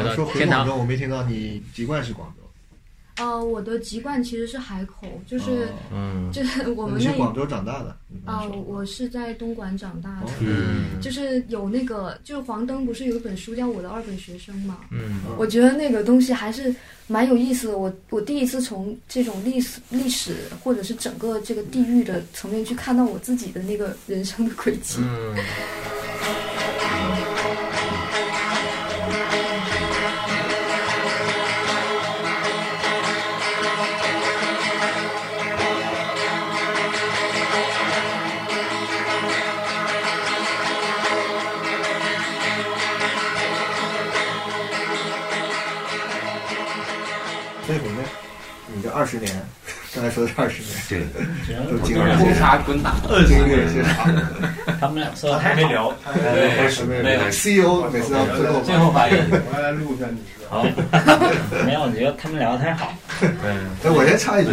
S12: 啊说
S13: 到
S12: 回
S13: 天
S12: 广
S13: 堂
S12: 州，我没听到你籍贯是广州，
S6: 呃，我的籍贯其实是海口，就是、
S12: 嗯
S6: 就是我们
S12: 你是
S6: 那一
S12: 广州长大的，嗯
S6: 啊、我是在东莞长大的，
S12: 嗯
S6: 就是有那个，就是黄登不是有一本书叫《我的二本学生》嘛，
S13: 嗯
S6: 我觉得那个东西还是蛮有意思的。我我第一次从这种历史、历史或者是整个这个地域的层面去看到我自己的那个人生的轨迹。
S13: 嗯，
S12: 所以你呢？你这二十年，刚才说的是二十年，
S5: 对
S12: 都经历了
S5: 轰炸滚打20
S12: 经历了些啥？
S5: 他们俩说
S12: 哦还没聊
S20: 还
S12: 没聊还没聊 CEO E 每次要最后
S5: 最后发 言
S20: 我要来录一下你说。
S5: 好，没有，我觉得他们聊得太好。
S12: 哎，我先插一句，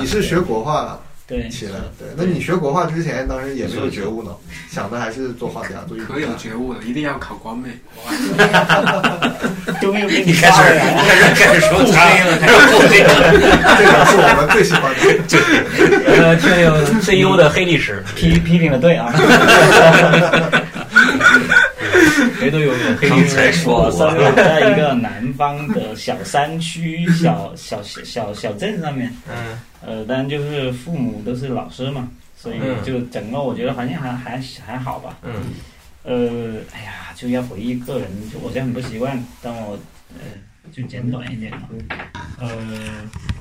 S12: 你是学国画
S5: 对
S12: 起来的，对，那你学国画之前，当时也没有觉悟呢，想的还是做画家，做艺术家。
S5: 啊
S20: 可有觉悟了，一定要考光美。
S5: 终于给
S12: 你开始开始开始说他开始说 他这个是我们最喜欢的。
S13: 呃，听听 CEO 的黑历史，
S5: 批批评的对啊，
S13: 谁都有点黑
S5: 刚
S13: 历史。
S5: 才 我生长在一个南方的小山区、小小小小小镇上面。
S1: 嗯，
S5: 呃，当然就是父母都是老师嘛，所以
S1: 嗯
S5: 就整个我觉得环境还还还好吧。
S1: 嗯，
S5: 呃，哎呀，就要回忆个人，就我现在很不习惯，但我呃就简短一点嘛。呃，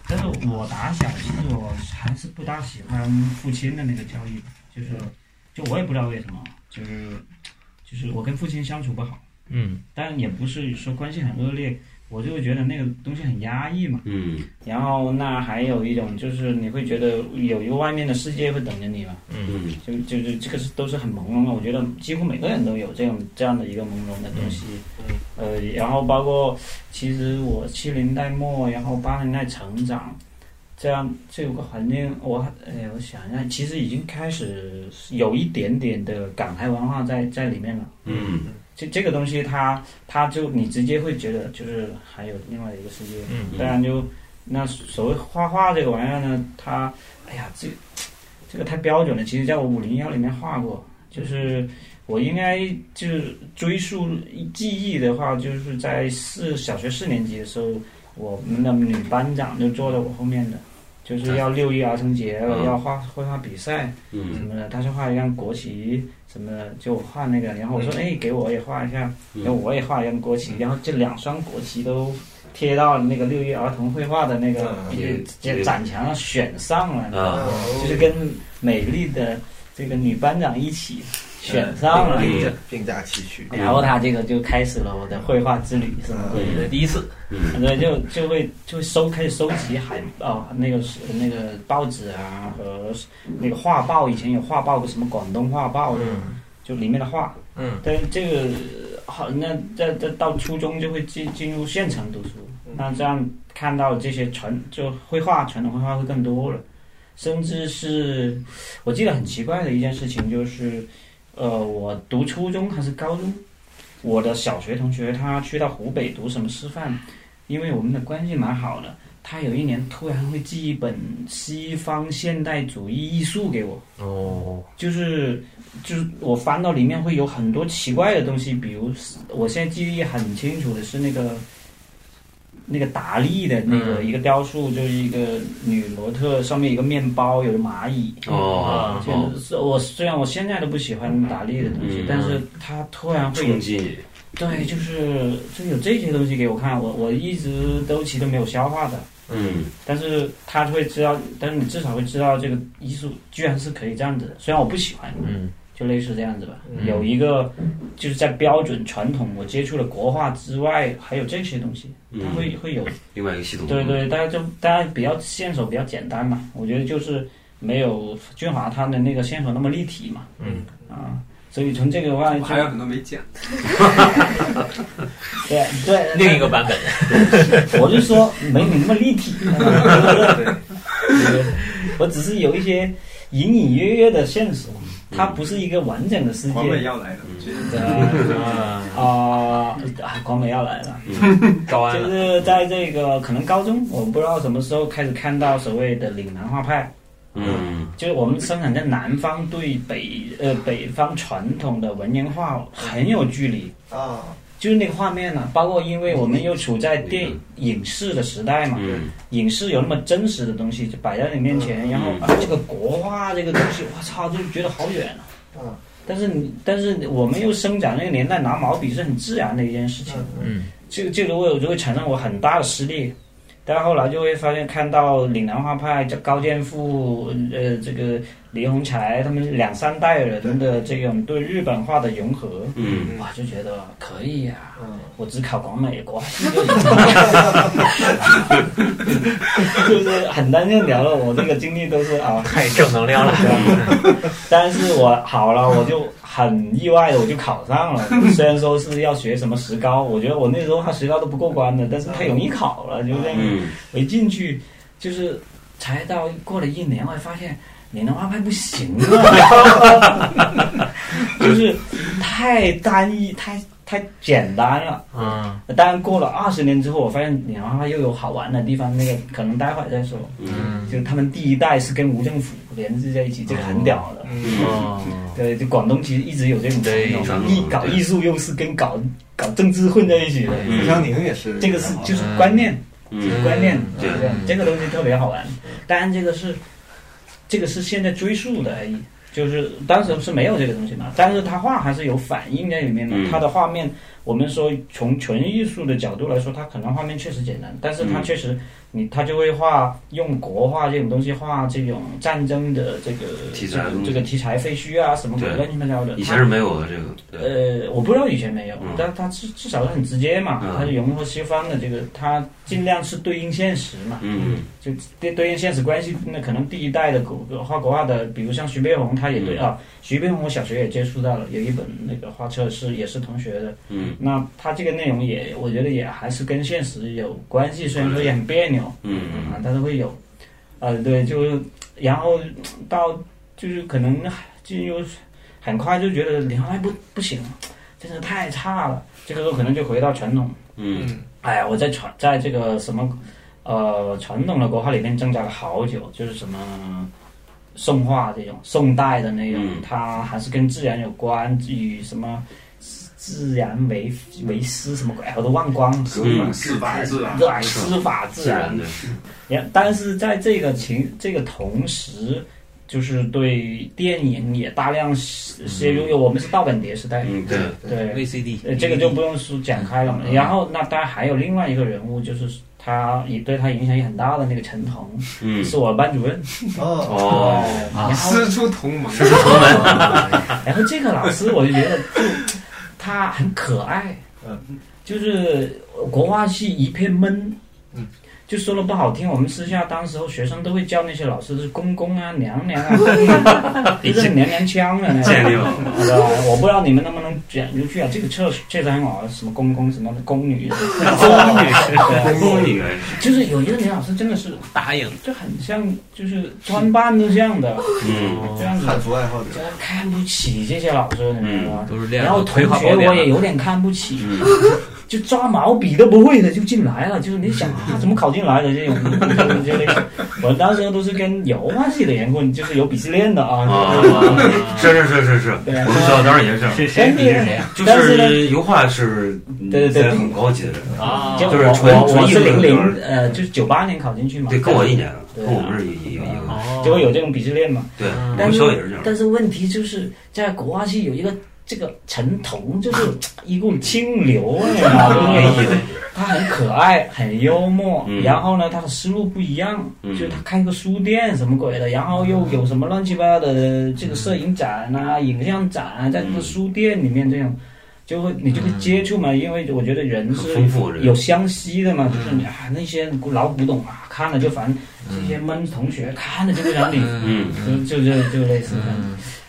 S5: 但是我打小其实我还是不大喜欢父亲的那个教育，就是就我也不知道为什么，就是就是我跟父亲相处不好。
S13: 嗯
S5: 但也不是说关系很恶劣，我就会觉得那个东西很压抑嘛。
S7: 嗯
S5: 然后那还有一种就是你会觉得有一个外面的世界会等着你嘛，
S13: 嗯
S5: 就就是这个是都是很朦胧的。我觉得几乎每个人都有这样这样的一个朦胧的东西。呃，然后包括其实我七零代末，然后八零代成长，这样这个环境，我呃，我想一下，其实已经开始有一点点的港台文化在在里面了。
S7: 嗯
S5: 这这个东西它，它就你直接会觉得就是还有另外一个世界。
S13: 嗯
S5: 当然就那所谓画画这个玩意儿呢，它哎呀这这个太标准了。其实在我五零幺里面画过，就是我应该就是追溯记忆的话，就是在四小学四年级的时候，我们的女班长就坐在我后面的。就是要六一儿童节，
S7: 嗯
S5: 要画绘画比赛，
S7: 嗯
S5: 什么的，他是画一张国旗什么的，就画那个，然后我说，
S13: 嗯
S5: 哎，给我也画一下，
S13: 嗯
S5: 然后我也画一张国旗，然后这两双国旗都贴到那个六一儿童绘画的那个
S13: 嗯
S5: 也
S13: 也
S5: 也展墙上选上了
S13: 啊，
S5: 就是跟美丽的这个女班长一起选上
S13: 嗯
S5: 了，
S12: 并驾并驾齐驱。
S5: 然后他这个就开始了我的绘画之旅，是吗？
S12: 嗯
S5: 对，
S13: 呃第一次，
S7: 嗯
S5: 对，就就会就会收开始收集海哦那个是那个报纸啊和那个画报，以前有画报什么广东画报，就里面的画，
S13: 嗯
S5: 但这个好，那在在到初中就会进进入县城读书，那这样看到这些传就绘画传统绘画会更多了，甚至是我记得很奇怪的一件事情就是，呃，我读初中还是高中，我的小学同学他去到湖北读什么师范，因为我们的关系蛮好的，他有一年突然会寄一本西方现代主义艺术给我。
S13: 哦，
S5: 就是就是我翻到里面会有很多奇怪的东西，比如是我现在记忆很清楚的是那个那个达利的那个
S13: 嗯
S5: 一个雕塑，就是一个女模特上面一个面包，有个蚂蚁。
S7: 哦
S5: 啊就是我虽然我现在都不喜欢达利的东西，
S7: 嗯
S5: 但是他突然会有
S7: 冲击你。
S5: 对，就是就有这些东西给我看，我我一直都其实没有消化的。
S7: 嗯
S5: 但是他会知道，但是你至少会知道这个艺术居然是可以这样子的，虽然我不喜欢，
S13: 嗯，
S5: 就类似这样子吧。
S8: 嗯
S5: 有一个就是在标准传统我接触了国画之外，还有这些东西，它会、会有
S7: 另外一个系统。
S5: 对对，大家就大家比较线索比较简单嘛，我觉得就是没有俊华他的那个线索那么立体嘛。
S20: 嗯
S5: 啊，所以从这个的话就，
S20: 我还有很多没讲。
S5: 对对
S8: 另一个版本。
S5: 我就说没你那么立体。我只是有一些隐隐约约的线索，它不是一个完整的世界。
S20: 黄伟要来了，
S5: 对啊啊，广美要来了，
S8: 高安
S5: 就
S8: 了
S5: 是在这个可能高中，我不知道什么时候开始看到所谓的岭南画派。
S7: 嗯，
S5: 就是我们生产在南方，对北呃北方传统的文言画很有距离
S3: 啊。
S5: 就是那个画面呢、包括因为我们又处在电影视的时代嘛，影视有那么真实的东西就摆在你面前，然后、啊这个国画这个东西，我操，就觉得好远啊。
S3: 嗯
S5: 但是你，但是我们又生长那个年代，拿毛笔是很自然的一件事情。
S8: 嗯，
S5: 这这个我有就会产生我很大的失利。但后来就会发现，看到岭南画派、这高剑父、呃，这个李洪才他们两三代人的这种对日本画的融合，
S7: 嗯
S5: 哇，就觉得可以呀、
S3: 嗯，
S5: 我只考广美国画系就行，就是很单纯聊了，我这个经历都是啊，
S8: 太正能量了。
S5: 但是我好了，我就很意外的，我就考上了。虽然说是要学什么石膏，我觉得我那时候他石膏都不过关的，但是太容易考了，就这样。
S7: 嗯
S5: 我一进去就是才到过了一年，我还发现你那画派不行啊，就是太单一，太太简单了。
S8: 嗯，
S5: 当然，过了二十年之后，我发现岭南画又有好玩的地方，那个可能待会儿再说。
S8: 嗯，
S5: 就是他们第一代是跟无政府联系在一起，这个很屌的。
S8: 哦
S5: 对，就广东其实一直有这种
S8: 对
S5: 传
S8: 传
S5: 统，
S8: 统
S5: 艺搞艺术又是跟搞搞政治混在一起的。
S3: 嗯像宁也是
S5: 这个是就是
S3: 嗯
S5: 观念，
S3: 嗯
S5: 就是观念，
S3: 嗯
S5: 对不
S3: 对
S5: 对？这个东西特别好玩。当然，这个是这个是现在追溯的而已，就是当时是没有这个东西嘛，但是他画还是有反应在里面的
S8: 嗯。
S5: 他的画面，我们说从纯艺术的角度来说，他可能画面确实简单，但是他
S8: 嗯
S5: 确实你他就会画用国画这种东西画这种战争的这个
S7: 题材
S5: 这
S7: 的东西
S5: 个这个题材废墟啊什么鬼
S7: 对
S5: 乱七八糟的，
S7: 以前是没有的这个。
S5: 他。呃，我不知道以前没有，但他至至少是很直接嘛，他是融合西方的这个，他尽量是对应现实嘛，
S7: 嗯，
S5: 就对对应现实关系，那可能第一代的国画国画的，比如像徐悲鸿，他也对、
S7: 嗯
S5: 啊，徐悲鸿我小学也接触到了，有一本那个画册是也是同学的，
S7: 嗯
S5: 那他这个内容也我觉得也还是跟现实有关系，虽然说也很别扭，
S7: 嗯
S5: 啊，但是会有，呃，对，就是然后到就是可能进入很快就觉得林哎不不行，真的太差了，这个时候可能就回到传统，
S7: 嗯
S5: 哎呀，我在传在这个什么呃传统的国画里面挣扎了好久，就是什么宋画这种宋代的那种，它还是跟自然有关，与什么。自然为为师什么鬼，我都忘光了。
S8: 嗯司法自然
S5: 对，司法自然
S8: 自然
S5: 也，但是在这个情这个同时，就是对电影也大量摄入。我们是盗版碟时代，
S7: 嗯嗯对
S5: 对
S7: VCD
S5: 呃这个就不用说展开了嘛。
S7: 嗯
S5: 然后那当然还有另外一个人物，就是他也对他影响也很大的那个陈彤，
S7: 嗯
S5: 是我班主任。
S7: 哦
S5: 然后
S20: 师出同门，
S5: 师出同门然后这个老师我就觉得就他很可爱，
S3: 嗯
S5: 就是国画系一片闷。
S3: 嗯
S5: 就说的不好听，我们私下当时候学生都会叫那些老师是公公啊、娘娘 啊，就是娘娘腔的那种。
S7: 见谅
S5: 是吧我不知道你们能不能讲出去啊？这个确实确实很好，什么公公什么宫女， 对
S7: 宫女，
S5: 就是有一个女老师真的是
S8: 答应，
S5: 就很像，就是穿扮都这样的，
S7: 嗯
S5: 这样子
S3: 汉服哦爱好者，
S5: 看不起这些老师，你知道吗？
S8: 都是
S7: 啊
S8: 练
S5: 然后同
S8: 葵花
S5: 学
S8: 宝典
S5: 我
S8: 了
S5: 也有点看不起，就抓毛笔都不会的就进来了，就是 你想啊，怎么考进来的这种，就是这类。我当时都是跟油画系的缘故，就是有鄙视链的啊。
S7: 啊，是是是是是，我们学校当然也是。 就
S5: 但是
S7: 是
S5: 呢
S7: 油画是
S5: 对对对
S7: 很高级的
S5: 啊，
S7: 就
S5: 我
S7: 是纯
S5: 我
S7: 纯
S5: 我
S7: 艺
S5: 是
S7: 术
S5: 零
S7: 的
S5: 零呃，就是九八年考进去嘛，
S7: 对，跟我一年的，
S5: 对
S7: 跟
S5: 啊
S7: 我们是一一个一个。
S5: 哦就会有这种鄙视链嘛。
S7: 嗯对，我
S5: 但
S7: 们学
S5: 是
S7: 校也是这样。
S5: 但是问题就是在国画系有一个这个陈 彤就是一股清流啊，这
S7: 哎
S5: 个意思。他很可爱，很幽默，
S7: 嗯
S5: 然后呢，他的思路不一样，
S7: 嗯
S5: 就是他开个书店什么鬼的，然后又有什么乱七八糟的这个摄影展啊、影像展啊，在这个书店里面这样。就会你就会接触嘛，因为我觉得人是
S7: 很丰富人
S5: 有相吸的嘛，就是你啊那些古老古董啊，看了就烦，这些闷同学看了就不想理，
S7: 嗯
S5: 就就就就类似这样。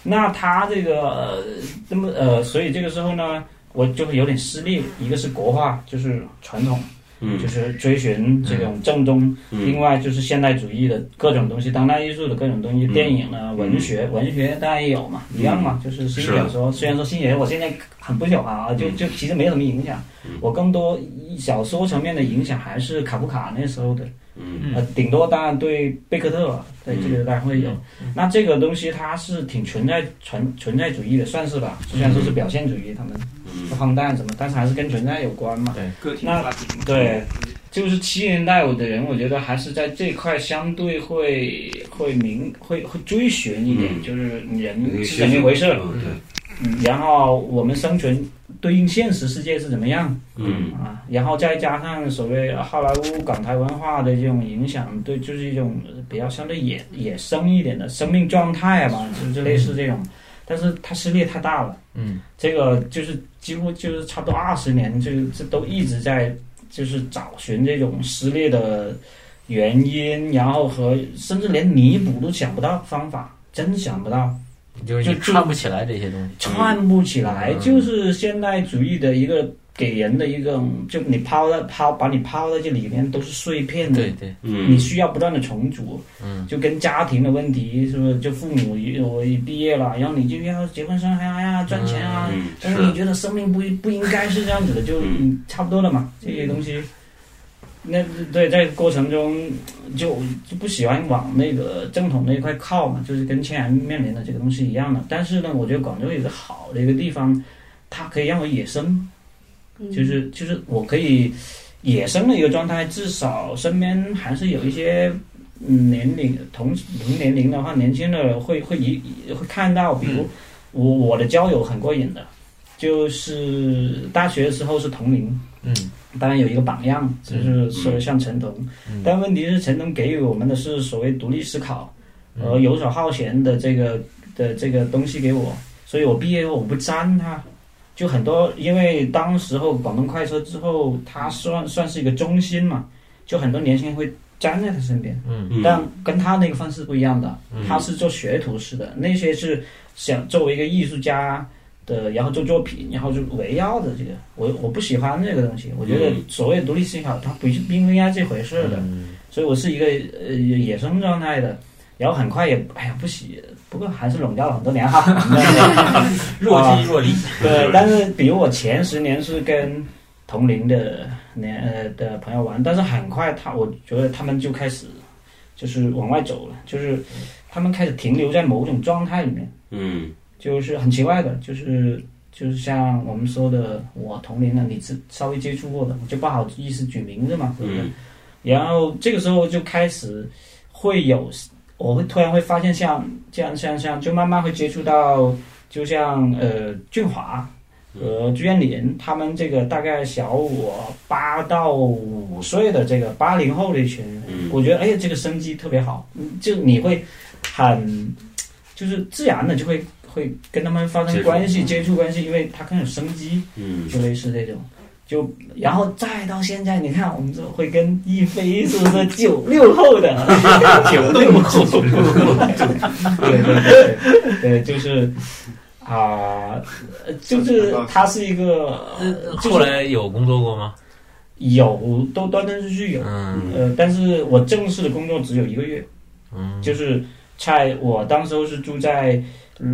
S5: 那他这个呃那么呃，所以这个时候呢，我就会有点失利，一个是国画，就是传统。
S7: 嗯
S5: 就是追寻这种正宗，
S7: 嗯
S5: 另外就是现代主义的各种东西，当代艺术的各种东西，
S7: 嗯
S5: 电影啊、文学，文学当然也有嘛，一样嘛，
S7: 嗯
S5: 就是新
S7: 是嗯
S5: 小说。虽然说新小说我现在很不喜欢啊，就就其实没什么影响，我更多小说层面的影响还是卡夫卡那时候的，
S7: 嗯
S5: 呃，顶多当然对贝克特啊，对
S7: 嗯
S5: 这个当然会有。那这个东西它是挺存在存存在主义的，算是吧，虽然说是表现主义，他们荒诞什么，但是还是跟存在有关嘛。对，
S19: 个体
S5: 那
S19: 发展
S5: 对，就是七零年代我的人，我觉得还是在这一块相对会会明会会追寻一点，
S7: 嗯
S5: 就是
S7: 有一
S5: 人
S7: 个
S5: 是
S7: 学
S5: 怎么
S7: 术
S5: 回事？
S7: 嗯对
S5: 嗯，然后我们生存对应现实世界是怎么样？
S7: 嗯
S5: 啊，然后再加上所谓呃好莱坞港台文化的这种影响，对，就是一种呃比较相对野野生一点的生命状态吧，就是类似这种。但是它撕裂太大了，
S19: 嗯，
S5: 这个就是几乎就是差不多二十年，这这都一直在就是找寻这种撕裂的原因，然后和甚至连弥补都想不到方法，真想不到。
S8: 就是你串不起来这些东西，
S5: 串不起来，
S8: 嗯
S5: 就是现代主义的一个给人的一个，就你抛在抛把你抛在这里面都是碎片的，
S8: 对对
S7: 嗯
S5: 你需要不断的重组，
S8: 嗯
S5: 就跟家庭的问题是不是？就父母一我一毕业了，然后你就要结婚生孩呀、赚钱啊，
S7: 嗯嗯
S5: 但是
S7: 是
S5: 你觉得生命不不应该是这样子的，就嗯差不多了嘛，这些东西。那对，在过程中就就不喜欢往那个正统那一块靠嘛，就是跟千然面临的这个东西一样的。但是呢，我觉得广州有一个好的一个地方，它可以让我野生，
S11: 嗯
S5: 就是就是我可以野生的一个状态，至少身边还是有一些嗯年龄同同年龄的话，年轻的会会一会看到，比如我我的交友很过瘾的，就是大学的时候是同龄，
S19: 嗯，
S5: 当然有一个榜样，就是说像陈彤，
S19: 嗯
S5: 但问题是陈彤给予我们的是所谓独立思考
S19: 嗯
S5: 和游手好闲的这个的这个东西给我，所以我毕业后我不沾他。就很多，因为当时候广东快车之后，他
S19: 嗯
S5: 算算是一个中心嘛，就很多年轻人会粘在他身边，
S19: 嗯
S5: 但跟他那个方式不一样的，
S19: 嗯
S5: 他是做学徒式的，那些是想作为一个艺术家的，然后做作品，然后就围绕着这个，我我不喜欢这个东西，我觉得
S7: 嗯
S5: 所谓独立思考，它不是不应该这回事
S19: 嗯
S5: 的，所以我是一个呃野生状态的。然后很快也，哎呀，不喜，不过还是笼罩了很多年 哈，
S8: 若即若离
S5: 啊对，但是比如我前十年是跟同龄的年呃的朋友玩，但是很快他，我觉得他们就开始就是往外走了，就是他们开始停留在某种状态里面，
S7: 嗯
S5: 就是很奇怪的，就是就是像我们说的，我同龄的，你是稍微接触过的，我就不好意思举名字嘛，对不对？
S7: 嗯
S5: 然后这个时候就开始会有，我会突然会发现像这样像像，就慢慢会接触到，就像呃俊华和朱彦霖他们这个大概小我八到五岁的这个八零后的一群人，
S7: 嗯
S5: 我觉得哎呀这个生机特别好，嗯就你会很就是自然的就会会跟他们发
S7: 接
S5: 生
S7: 触
S5: 关系接触嗯关系，因为他更有生机，
S7: 嗯
S5: 就类似这种。就然后再到现在，你看我们这会跟一菲是不是九六后的？ 九六后，对对对对，就是啊、呃就是他是一个，呃就是
S8: 后来有工作过吗？
S5: 有都断断续续有，呃，但是我正式的工作只有一个月，
S8: 嗯
S5: 就是在我当时候是住在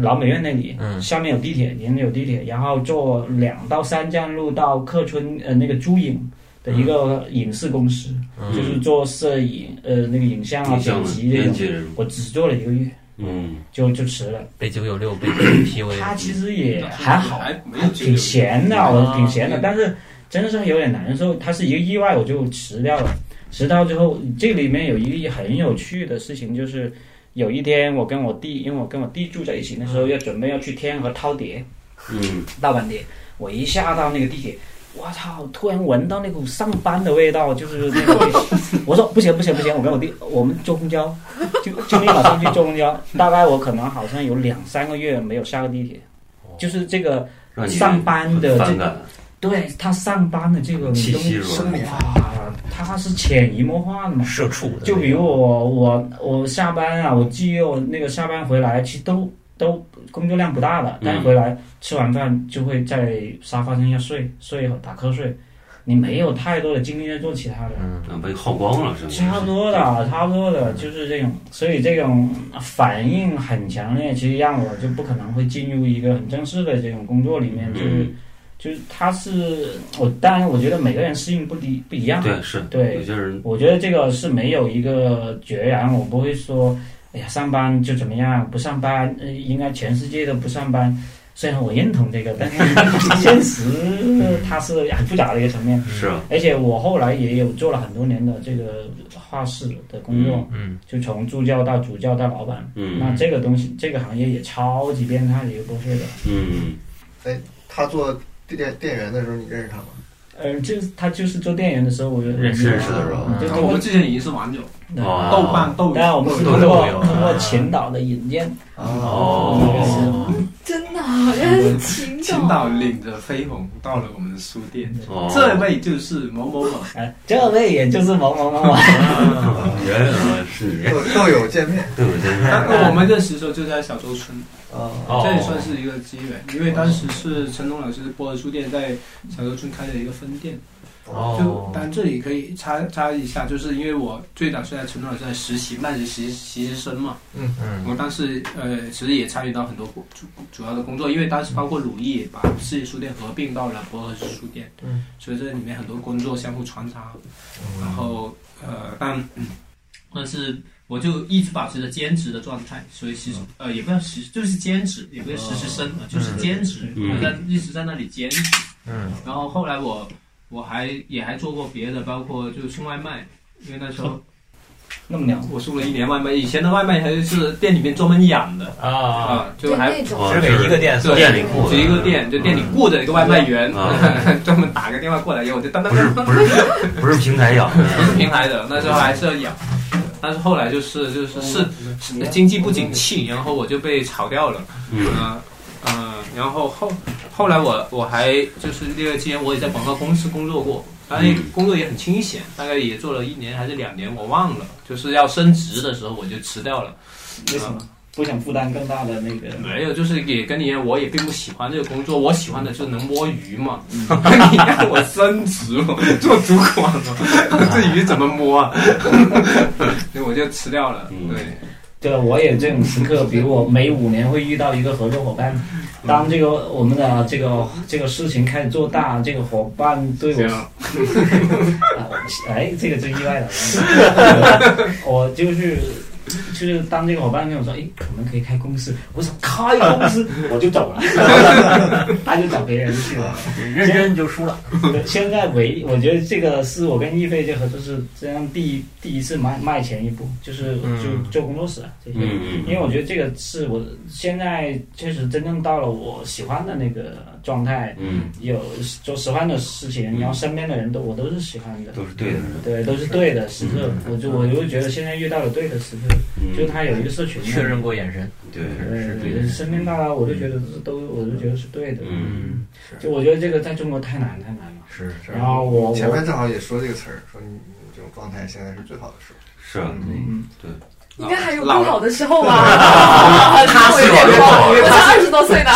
S5: 老美院那里，
S8: 嗯
S5: 下面有地铁，沿着有地铁，然后坐两到三站路到客村呃那个朱影的一个影视公司，
S7: 嗯
S5: 就是做摄影呃那个影像啊
S7: 影像
S5: 剪
S7: 的
S5: 辑这
S7: 编辑这
S5: 种
S7: 种，
S5: 我只做了一个月
S7: 嗯，
S5: 就就辞了。
S8: 被九九六被 PUA，
S5: 他其实也还好，还
S8: 有
S5: 挺闲的，我
S8: 啊
S5: 挺闲的，但是真的是有点难受。他是一个意外，我就辞掉了。辞掉之后，这里面有一个很有趣的事情，就是有一天我跟我弟，因为我跟我弟住在一起，那时候要准备要去天河掏碟，
S7: 嗯，
S5: 大半夜，我一下到那个地铁，我操！突然闻到那股上班的味 道，就是那个味。我说不行不行不行，我跟我弟我们坐公交，就就立马上去坐公交。大概我可能好像有两三个月没有下过地铁，
S8: 哦
S5: 就是这个
S7: 让你
S5: 上班的这
S7: 反
S5: 个
S7: 感，
S5: 对他上班的这个
S7: 气息
S5: 东
S7: 是吧
S5: 哇，他是潜移默化的嘛，
S7: 社畜的
S5: 就比如我我我下班啊，我记忆我那个下班回来其实都都工作量不大的，但是
S7: 嗯
S5: 回来吃完饭就会在沙发上要睡睡一会儿打瞌睡，你没有太多的精力在做其他的。
S7: 那啊被耗光了是吧？
S5: 差不多的，差不多的，就是这种，所以这种反应很强烈，其实让我就不可能会进入一个很正式的这种工作里面，就是、
S7: 嗯
S5: 就是他是我，当然我觉得每个人适应不一不一样，啊
S7: 对是
S5: 对，
S7: 有些人
S5: 我觉得这个是没有一个决然，我不会说，哎呀，上班就怎么样，不上班，呃应该全世界都不上班。虽然我认同这个，但是 现实呃它是很复杂的一个层面。
S7: 是啊
S5: 而且我后来也有做了很多年的这个画室的工作，
S7: 嗯嗯
S5: 就从助教到主教到老板，
S7: 嗯
S5: 那这个东西这个行业也超级变态的一个剥削的，
S7: 嗯，
S3: 哎，他做店店员的时候，你认识他吗？
S5: 呃，就是他就是做店员的时候，我就
S3: 认识认识的时候哦
S5: 就
S4: 我们之前也是玩酒，
S5: 对
S4: 豆瓣豆
S5: 但啊我们是通过通
S3: 啊
S5: 过前导的引荐，
S4: 哦，
S11: 真的啊，原来是秦导。
S4: 秦导领着飞鸿到了我们的书店
S7: 哦，
S4: 这位就是某某某，
S5: 哎这位也就是某某某某，
S7: 原来是你，
S4: 豆豆友见面
S7: 豆友见
S4: 但
S7: 面，
S4: 我们认识的时候就在小洲村，
S7: 哦
S4: 这也算是一个机缘，因为当时是陈东老师波尔书店在小洲村开了一个分店。
S7: 哦
S4: 就但这里可以插插一下，就是因为我最早是在陈东老师在实习，那是实习实习生嘛，
S3: 嗯嗯
S4: 我当时呃其实也参与到很多主主要的工作，因为当时包括鲁艺也把世纪书店合并到了博和书店，
S3: 嗯，
S4: 所以这里面很多工作相互穿插，然后呃，但嗯但是我就一直保持着兼职的状态，所以其
S3: 嗯
S4: 实呃也不叫实，就是兼职，也不是实习生嘛，就是兼职，
S7: 嗯
S4: 我在一直在那里兼职。
S7: 嗯，
S4: 然后后来我我还也还做过别的，包括就是送外卖，因为那时候
S5: 那么了，
S4: 我送了一年外卖，以前的外卖还是店里面专门养的
S8: 啊
S4: 啊，就还
S8: 就那种只给一个店
S4: 对
S8: 店里雇的
S4: 只一个店，就店里雇的一个外卖员
S7: 啊，
S4: 专门打个电话过来，然后我就当当
S7: 不是
S4: 当
S7: 不是不是平台 养的，
S4: 不是平台的，那时候还是要养。但是后来就是就是是是经济不景气，然后我就被炒掉了。
S7: 嗯
S4: 呃呃然后后后来我我还就是那个期间我也在广告公司工作过，当然工作也很清闲，大概也做了一年还是两年，我忘了。就是要升职的时候我就辞掉了。
S5: 为什么不想负担更大的那个？
S4: 没有，就是也跟你一样，我也并不喜欢这个工作，我喜欢的就是能摸鱼嘛。你让我升职，我做主管了，这鱼怎么摸啊？ 所以我就吃掉了。对，
S5: 对，我也这种时刻，比如我每五年会遇到一个合作伙伴，当这个我们的这个这个事情开始做大，这个伙伴对我，啊哎，这个最意 外的，我就是就是当这个伙伴跟我说，哎，我们可以开公司，我说开公司我就 走了，他就找别人去了，
S8: 认真就输了。
S5: 对 现在唯一我觉得这个是我跟易飞这合作是这样第一第一次迈迈前一步，就是
S7: 嗯
S5: 就做工作室啊这些，
S7: 嗯嗯
S5: 因为我觉得这个是我现在确实真正到了我喜欢的那个状态，
S7: 嗯，
S5: 有做喜欢的事
S8: 嗯
S5: 情，然后身边的人都我都是喜欢的，
S7: 都是对的
S5: 对，都是对的时刻，我
S8: 嗯
S5: 就我就觉得现在遇到了对的时刻，
S7: 嗯
S5: 就他有一个社群
S8: 确认过眼神，
S7: 对
S5: 对
S8: 是对
S5: 对对，
S8: 的。
S5: 身边大佬我就觉得是都，我就觉得是对的。
S7: 嗯，
S5: 就我觉得这个在中国太难太难了。
S8: 是
S3: 是
S5: 然后我
S3: 前面
S5: 我
S3: 正好也说这个词儿，说你你这种状态现在是最好的时候。
S7: 是啊，
S5: 嗯
S7: 对，
S11: 应该还有不老的时候吧？啊
S4: 他是老
S11: 我
S4: 老
S11: 我才二十多岁呢。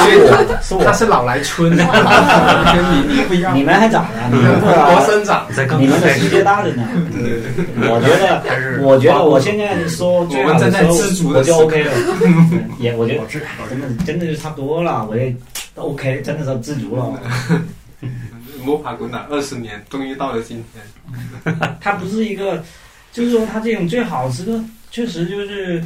S5: 是我，
S4: 他是老来 春，啊跟你你不一样，
S5: 你们还早
S7: 嗯
S5: 呢，你们不
S4: 活生长，
S5: 你们的世界大着呢。我觉得，我觉得我现在说最好的时候，我就 OK 了。也我觉得真的真的就差不多了，我也 OK，真的是知足了。
S4: 摸爬滚打二十年，终于到了今天。
S5: 它不是一个，就是说它这种最好时刻，确实就是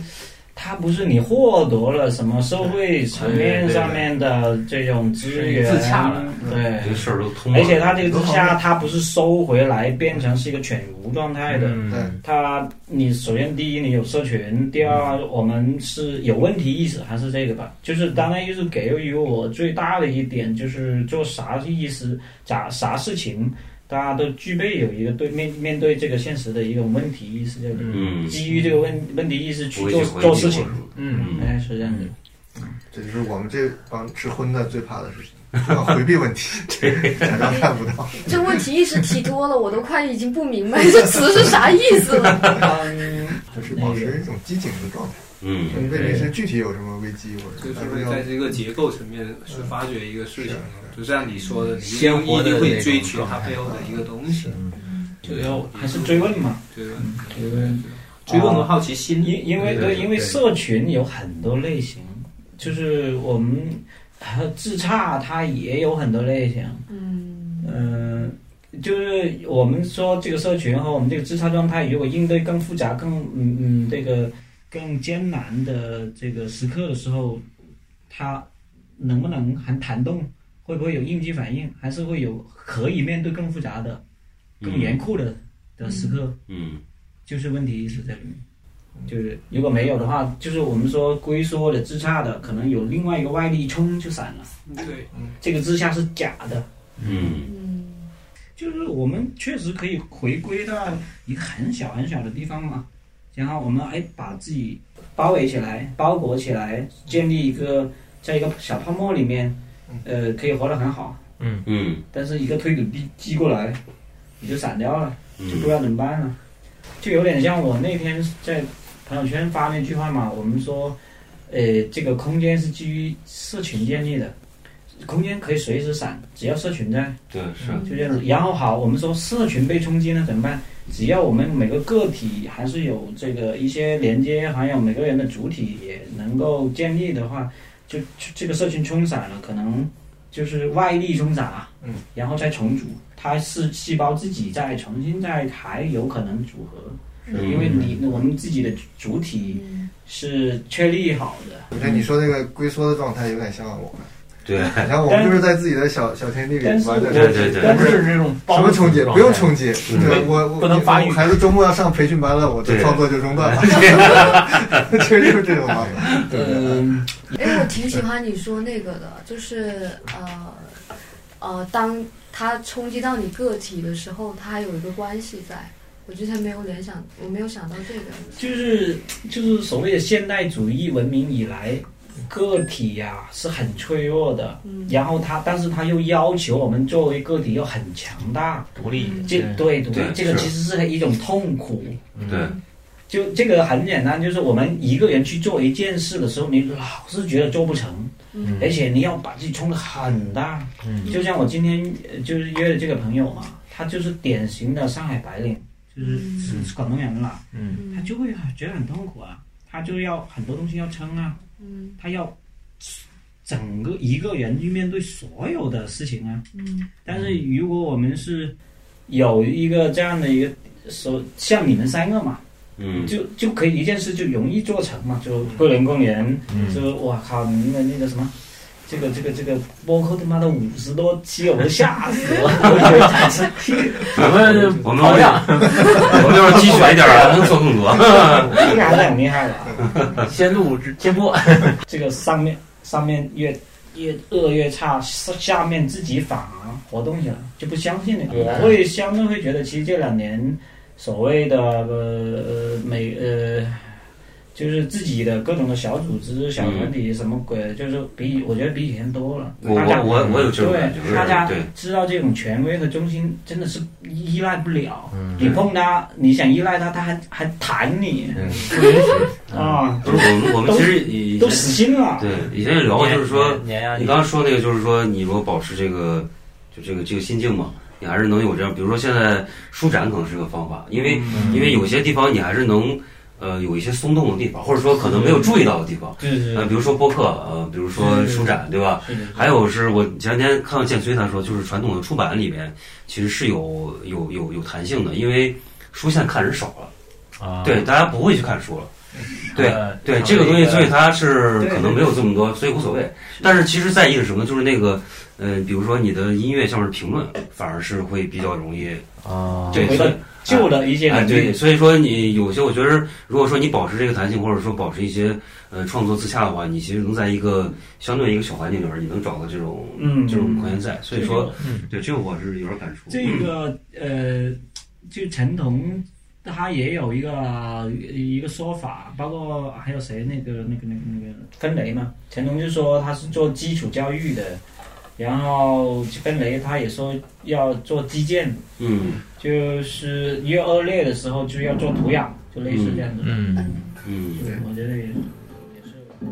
S5: 它不是你获得了什么社会层面上面的这种资源，
S7: 自洽了
S5: 嗯对，
S7: 这事儿都通了。
S5: 呃而且它这个自洽，它不是收回来变成是一个犬儒状态的。
S7: 嗯
S5: 它你首先第一你有社群，第二我们是有问题意识，还是这个吧？就是当代艺术给予我最大的一点就是做啥意识，咋啥事情。大家都具备有一个对面面对这个现实的一种问题意识，这
S7: 嗯
S5: 种基于这个问问题意识去
S7: 我已
S5: 做
S7: 经回避
S5: 做事情
S7: 过了，
S5: 嗯，哎，是这样的。
S12: 这就是我们这帮吃荤的最怕的事情，要回避问题，假装看不到。
S6: 这问题意识提多了，我都快已经不明白这词是啥意思了。
S5: 嗯
S12: 就是保持一种机警的状态。
S7: 嗯
S12: 你未必是具体有什么危机或者
S20: 就
S12: 什
S20: 是
S12: 么，但
S20: 会
S12: 要
S20: 在这个结构层面去发掘一个事情，就像你说的，你一
S19: 鲜
S20: 定
S19: 活
S20: 一
S19: 的
S20: 定
S19: 那
S20: 会
S19: 种
S20: 追求
S19: 状态
S20: 它背后的一个东西，
S5: 就要还是追问嘛，嗯
S20: 追问，
S5: 追问，
S20: 追问和好奇心，
S5: 因因为对，因为社群有很多类型，就是我们呃自洽，它也有很多类型。嗯就是我们说这个社群和我们这个自洽状态，如果应对更复杂、更嗯嗯这个更艰难的这个时刻的时候，它能不能还弹动？会不会有应激反应？还是会有可以面对更复杂的、更严酷的、的时刻？
S7: 嗯，
S5: 就是问题意识在里面。就是如果没有的话，就是我们说龟缩或者自洽的，可能有另外一个外力一冲就散了。
S20: 对，
S5: 这个自洽是假的。
S7: 嗯
S5: 就是我们确实可以回归到一个很小很小的地方嘛，然后我们哎把自己包围起来、包裹起来，建立一个在一个小泡沫里面，呃，可以活得很好。
S7: 嗯嗯
S5: 但是一个推土机击过来，你就散掉了，
S7: 嗯
S5: 就不知道怎么办了，就有点像我那天在朋友圈发那句话嘛，我们说，呃，这个空间是基于社群建立的，空间可以随时散，只要社群在，
S7: 对是
S5: 啊
S7: 啊
S5: 就这样子。然后好，我们说社群被冲击呢怎么办？只要我们每个个体还是有这个一些连接，还有每个人的主体也能够建立的话，就就这个社群冲散了，可能就是外力冲散，啊
S12: 嗯，
S5: 然后再重组，它是细胞自己再重新再还有可能组合，
S12: 是
S5: 因为你我们自己的主体是确立好的。
S12: 我觉得你说那个龟缩的状态有点像我们，
S7: 对，
S5: 嗯
S12: 然后我们就是在自己的小小天地里
S5: 但是
S12: 玩的，
S7: 对对对
S12: 但
S7: 但是
S12: 这
S19: 种
S12: 什么冲击
S7: 包袱
S12: 不用冲击，
S7: 嗯
S12: 对我我
S19: 不能发育
S12: 我孩子周末要上培训班了，我的
S7: 对
S12: 创作就中断了， 其实就是这种方法，对不对？
S5: 嗯，
S6: 哎，我挺喜欢你说那个的，就是呃呃，当它冲击到你个体的时候，它有一个关系在。我之前没有联想，我没有想到这个。
S5: 就是就是所谓的现代主义文明以来，个体呀、是很脆弱的，
S6: 嗯
S5: 然后他但是他又要求我们作为个体要很强大、
S19: 独立
S5: 这对独立
S7: 对
S5: 这个
S7: 是
S5: 其实是一种痛苦。
S7: 对
S5: 就这个很简单，就是我们一个人去做一件事的时候，你老是觉得做不成，
S6: 嗯
S7: 哎
S5: 而且你要把自己冲得很大。
S19: 嗯
S5: 就像我今天呃就是约的这个朋友嘛，他就是典型的上海白领，就是
S7: 嗯
S5: 是广东人了，
S19: 嗯
S5: 他就会很觉得很痛苦啊，他就要很多东西要撑啊，
S6: 嗯
S5: 他要整个一个人去面对所有的事情啊。
S6: 嗯
S5: 但是如果我们是有一个这样的一个手，像你们三个嘛，
S7: 嗯
S5: 就就可以一件事就容易做成嘛，就桂林公园，
S7: 嗯
S5: 就我靠，你们那个什么。这个这个这个，包括他妈的五十多期，我都吓死我！我以为他是
S7: 我们我们
S5: 跑量
S7: 我们要是积雪一点儿，啊 还能做更多。
S5: 这个还是很厉害的啊！
S19: 先录制先播，
S5: 这个上面上面越越恶越差，下下面自己反而活动起来，就不相信那个。我会相对会觉得，其实这两年所谓的呃呃美呃，就是自己的各种的小组织、小团体什么鬼，就是比我觉得比以前多了。
S7: 嗯我
S5: 大家
S7: 我我我有这种感觉
S5: 对大家
S7: 对
S5: 知道这种权威和中心真的是依赖不了。
S7: 嗯
S5: 你碰他，你想依赖他，他还还弹你。
S7: 嗯
S5: 啊，
S7: 就是我们我们
S5: 都
S7: 其实以
S5: 都死心了。
S7: 嗯对，以前也聊过，就是说
S5: 碾碾压，
S7: 啊你刚刚说那个，就是说，你如果保持这个，就这个这个心境嘛，你还是能有这样，比如说现在舒展可能是个方法，因为、因为有些地方你还是能。呃，有一些松动的地方，或者说可能没有注意到的地方，
S5: 对对对
S7: 呃，比如说播客，呃，比如说书展，对吧？还有是我前两天看到建崔他说，就是传统的出版里面其实是有有有有弹性的，因为书现在看人少了，啊，对，大家不会去看书了。对
S13: 呃
S7: 对，
S13: 好
S7: 这个
S13: 这
S7: 东西，
S13: 个
S7: 所以它是
S13: 对
S7: 可能没有这么多，所以无所谓。但是其实在意的是什么？就是那个，呃，比如说你的音乐像是评论，反而是会比较容易啊对，
S5: 回
S7: 所以
S5: 到旧的一些
S7: 哎，
S5: 领
S7: 对，
S5: 域，
S7: 所以说你有些，我觉得，如果说你保持这个弹性，或者说保持一些呃创作自洽的话，你其实能在一个相对一个小环境里边，你能找到这种
S5: 嗯
S7: 这种空间在。所以说
S5: 嗯，
S7: 对这个我是有点感触。
S5: 这个呃，就陈彤他也有一个一个说法，包括还有谁那个那个那个那个分雷嘛，陈彤就说他是做基础教育的，然后分雷他也说要做基建，
S7: 嗯，
S5: 就是一二类的时候就要做土壤，就类似这样子。
S13: 嗯
S7: 嗯，
S5: 对，我觉得也是。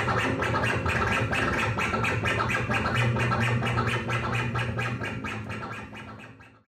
S9: Wow.